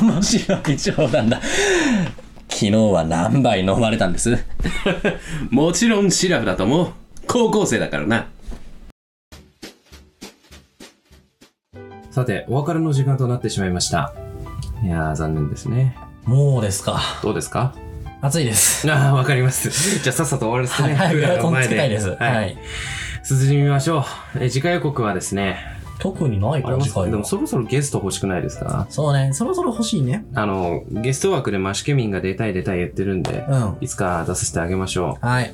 Speaker 5: 面白い冗談だ。昨日は何杯飲まれたんです
Speaker 11: もちろんシラフだとも、高校生だからな。
Speaker 3: さて、お別れの時間となってしまいました。いやー、残念ですね。
Speaker 2: もうですか。
Speaker 3: どうですか
Speaker 2: 暑いです。
Speaker 3: ああ、わかります。じゃあさっさと終わるですね。
Speaker 2: 早く
Speaker 3: クー
Speaker 2: エ
Speaker 3: ラ
Speaker 2: ア
Speaker 3: ーの
Speaker 2: コン
Speaker 3: 前
Speaker 2: つけたいです。は
Speaker 3: はい。
Speaker 2: い。
Speaker 3: 進みましょう。え次回予告はですね、
Speaker 2: 特にない
Speaker 3: あ
Speaker 2: か
Speaker 3: れ
Speaker 2: ら、
Speaker 3: も
Speaker 2: 次回
Speaker 3: で
Speaker 2: は
Speaker 3: も。そろそろゲスト欲しくないですか
Speaker 2: そうね、そろそろ欲しいね。
Speaker 3: あの、ゲスト枠でマシケミンが出たい出たい言ってるんで、
Speaker 2: うん
Speaker 3: いつか出させてあげましょ
Speaker 2: はい。
Speaker 3: う。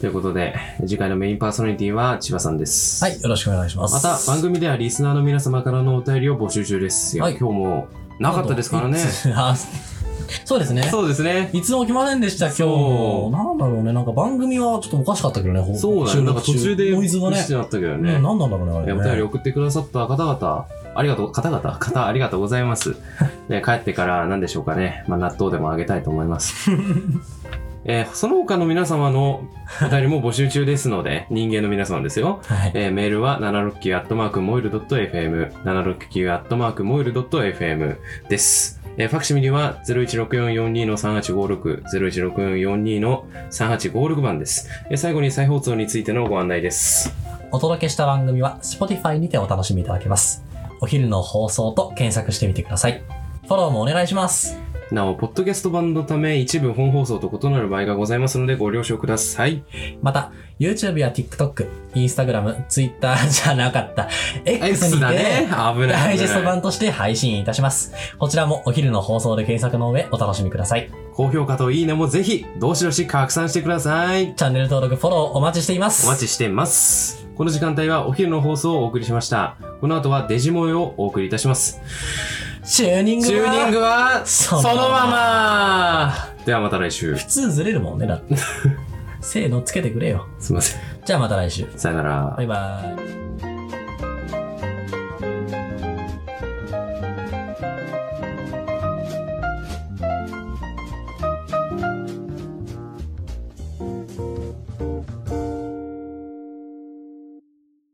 Speaker 3: ということで、次回のメインパーソナリティは千葉さんです。
Speaker 2: はい、よろしくお願いします。
Speaker 3: また、番組ではリスナーの皆様からのお便りを募集中です。いや、
Speaker 2: はい
Speaker 3: 今日もなかったですからね。
Speaker 2: あ <laughs> そうですね。
Speaker 3: そうですね。
Speaker 2: いつも来ませんでした、今日
Speaker 3: そう
Speaker 2: も。なんだろうね、なんか番組はちょっとおかしかったけどね、ほ
Speaker 3: そうだね。
Speaker 2: 収
Speaker 3: なん
Speaker 2: 録
Speaker 3: か途中で、
Speaker 2: ノイズがね。
Speaker 3: してなったけど
Speaker 2: う
Speaker 3: ね
Speaker 2: ん、。何なんだろうね、あ
Speaker 3: え
Speaker 2: れ
Speaker 3: お便り
Speaker 2: ね。
Speaker 3: 送ってくださった方々、ありがとう、方々、方ありがとうござ
Speaker 2: <laughs>
Speaker 3: います。ね、帰ってから何でしょうかね、まあ、納豆でもあげたいと思い
Speaker 2: <laughs>
Speaker 3: ます。えーその他の皆様のお便りも募集中ですので、人間の皆様ですよ。
Speaker 2: はい。
Speaker 3: えーメールは 769-moil.fm、769-moil.fm です。えーファクシミリは016442-3856、016442-3856番です。えー最後に再放送についてのご案内です。
Speaker 2: お届けした番組は Spotify にてお楽しみいただけます。お昼の放送と検索してみてください。フォローもお願いします。
Speaker 3: なお、ポッドキャスト版のため一部本放送と異なる場合がございますのでご了承ください。
Speaker 2: また、YouTube や TikTok、Instagram、Twitter じゃなかった、X にて、
Speaker 3: 危ない。
Speaker 2: ダイジェスト版として配信いたします。こちらもお昼の放送で検索の上お楽しみください。
Speaker 3: 高評価といいねもぜひ、どしどし拡散してください。
Speaker 2: チャンネル登録、フォローお待ちしています。
Speaker 3: お待ちしています。この時間帯はお昼の放送をお送りしました。この後はデジモイをお送りいたします。
Speaker 2: チューニングは
Speaker 3: チューニングは、
Speaker 2: そ
Speaker 3: そ
Speaker 2: のま
Speaker 3: の
Speaker 2: ま
Speaker 3: ままではまた来週。
Speaker 2: 普通ずれるも
Speaker 3: <laughs>
Speaker 2: んね、だって。せーのつけてくれよ。
Speaker 3: すいません。
Speaker 2: じゃあまた来週。
Speaker 3: さよなら
Speaker 2: バイ。バイ。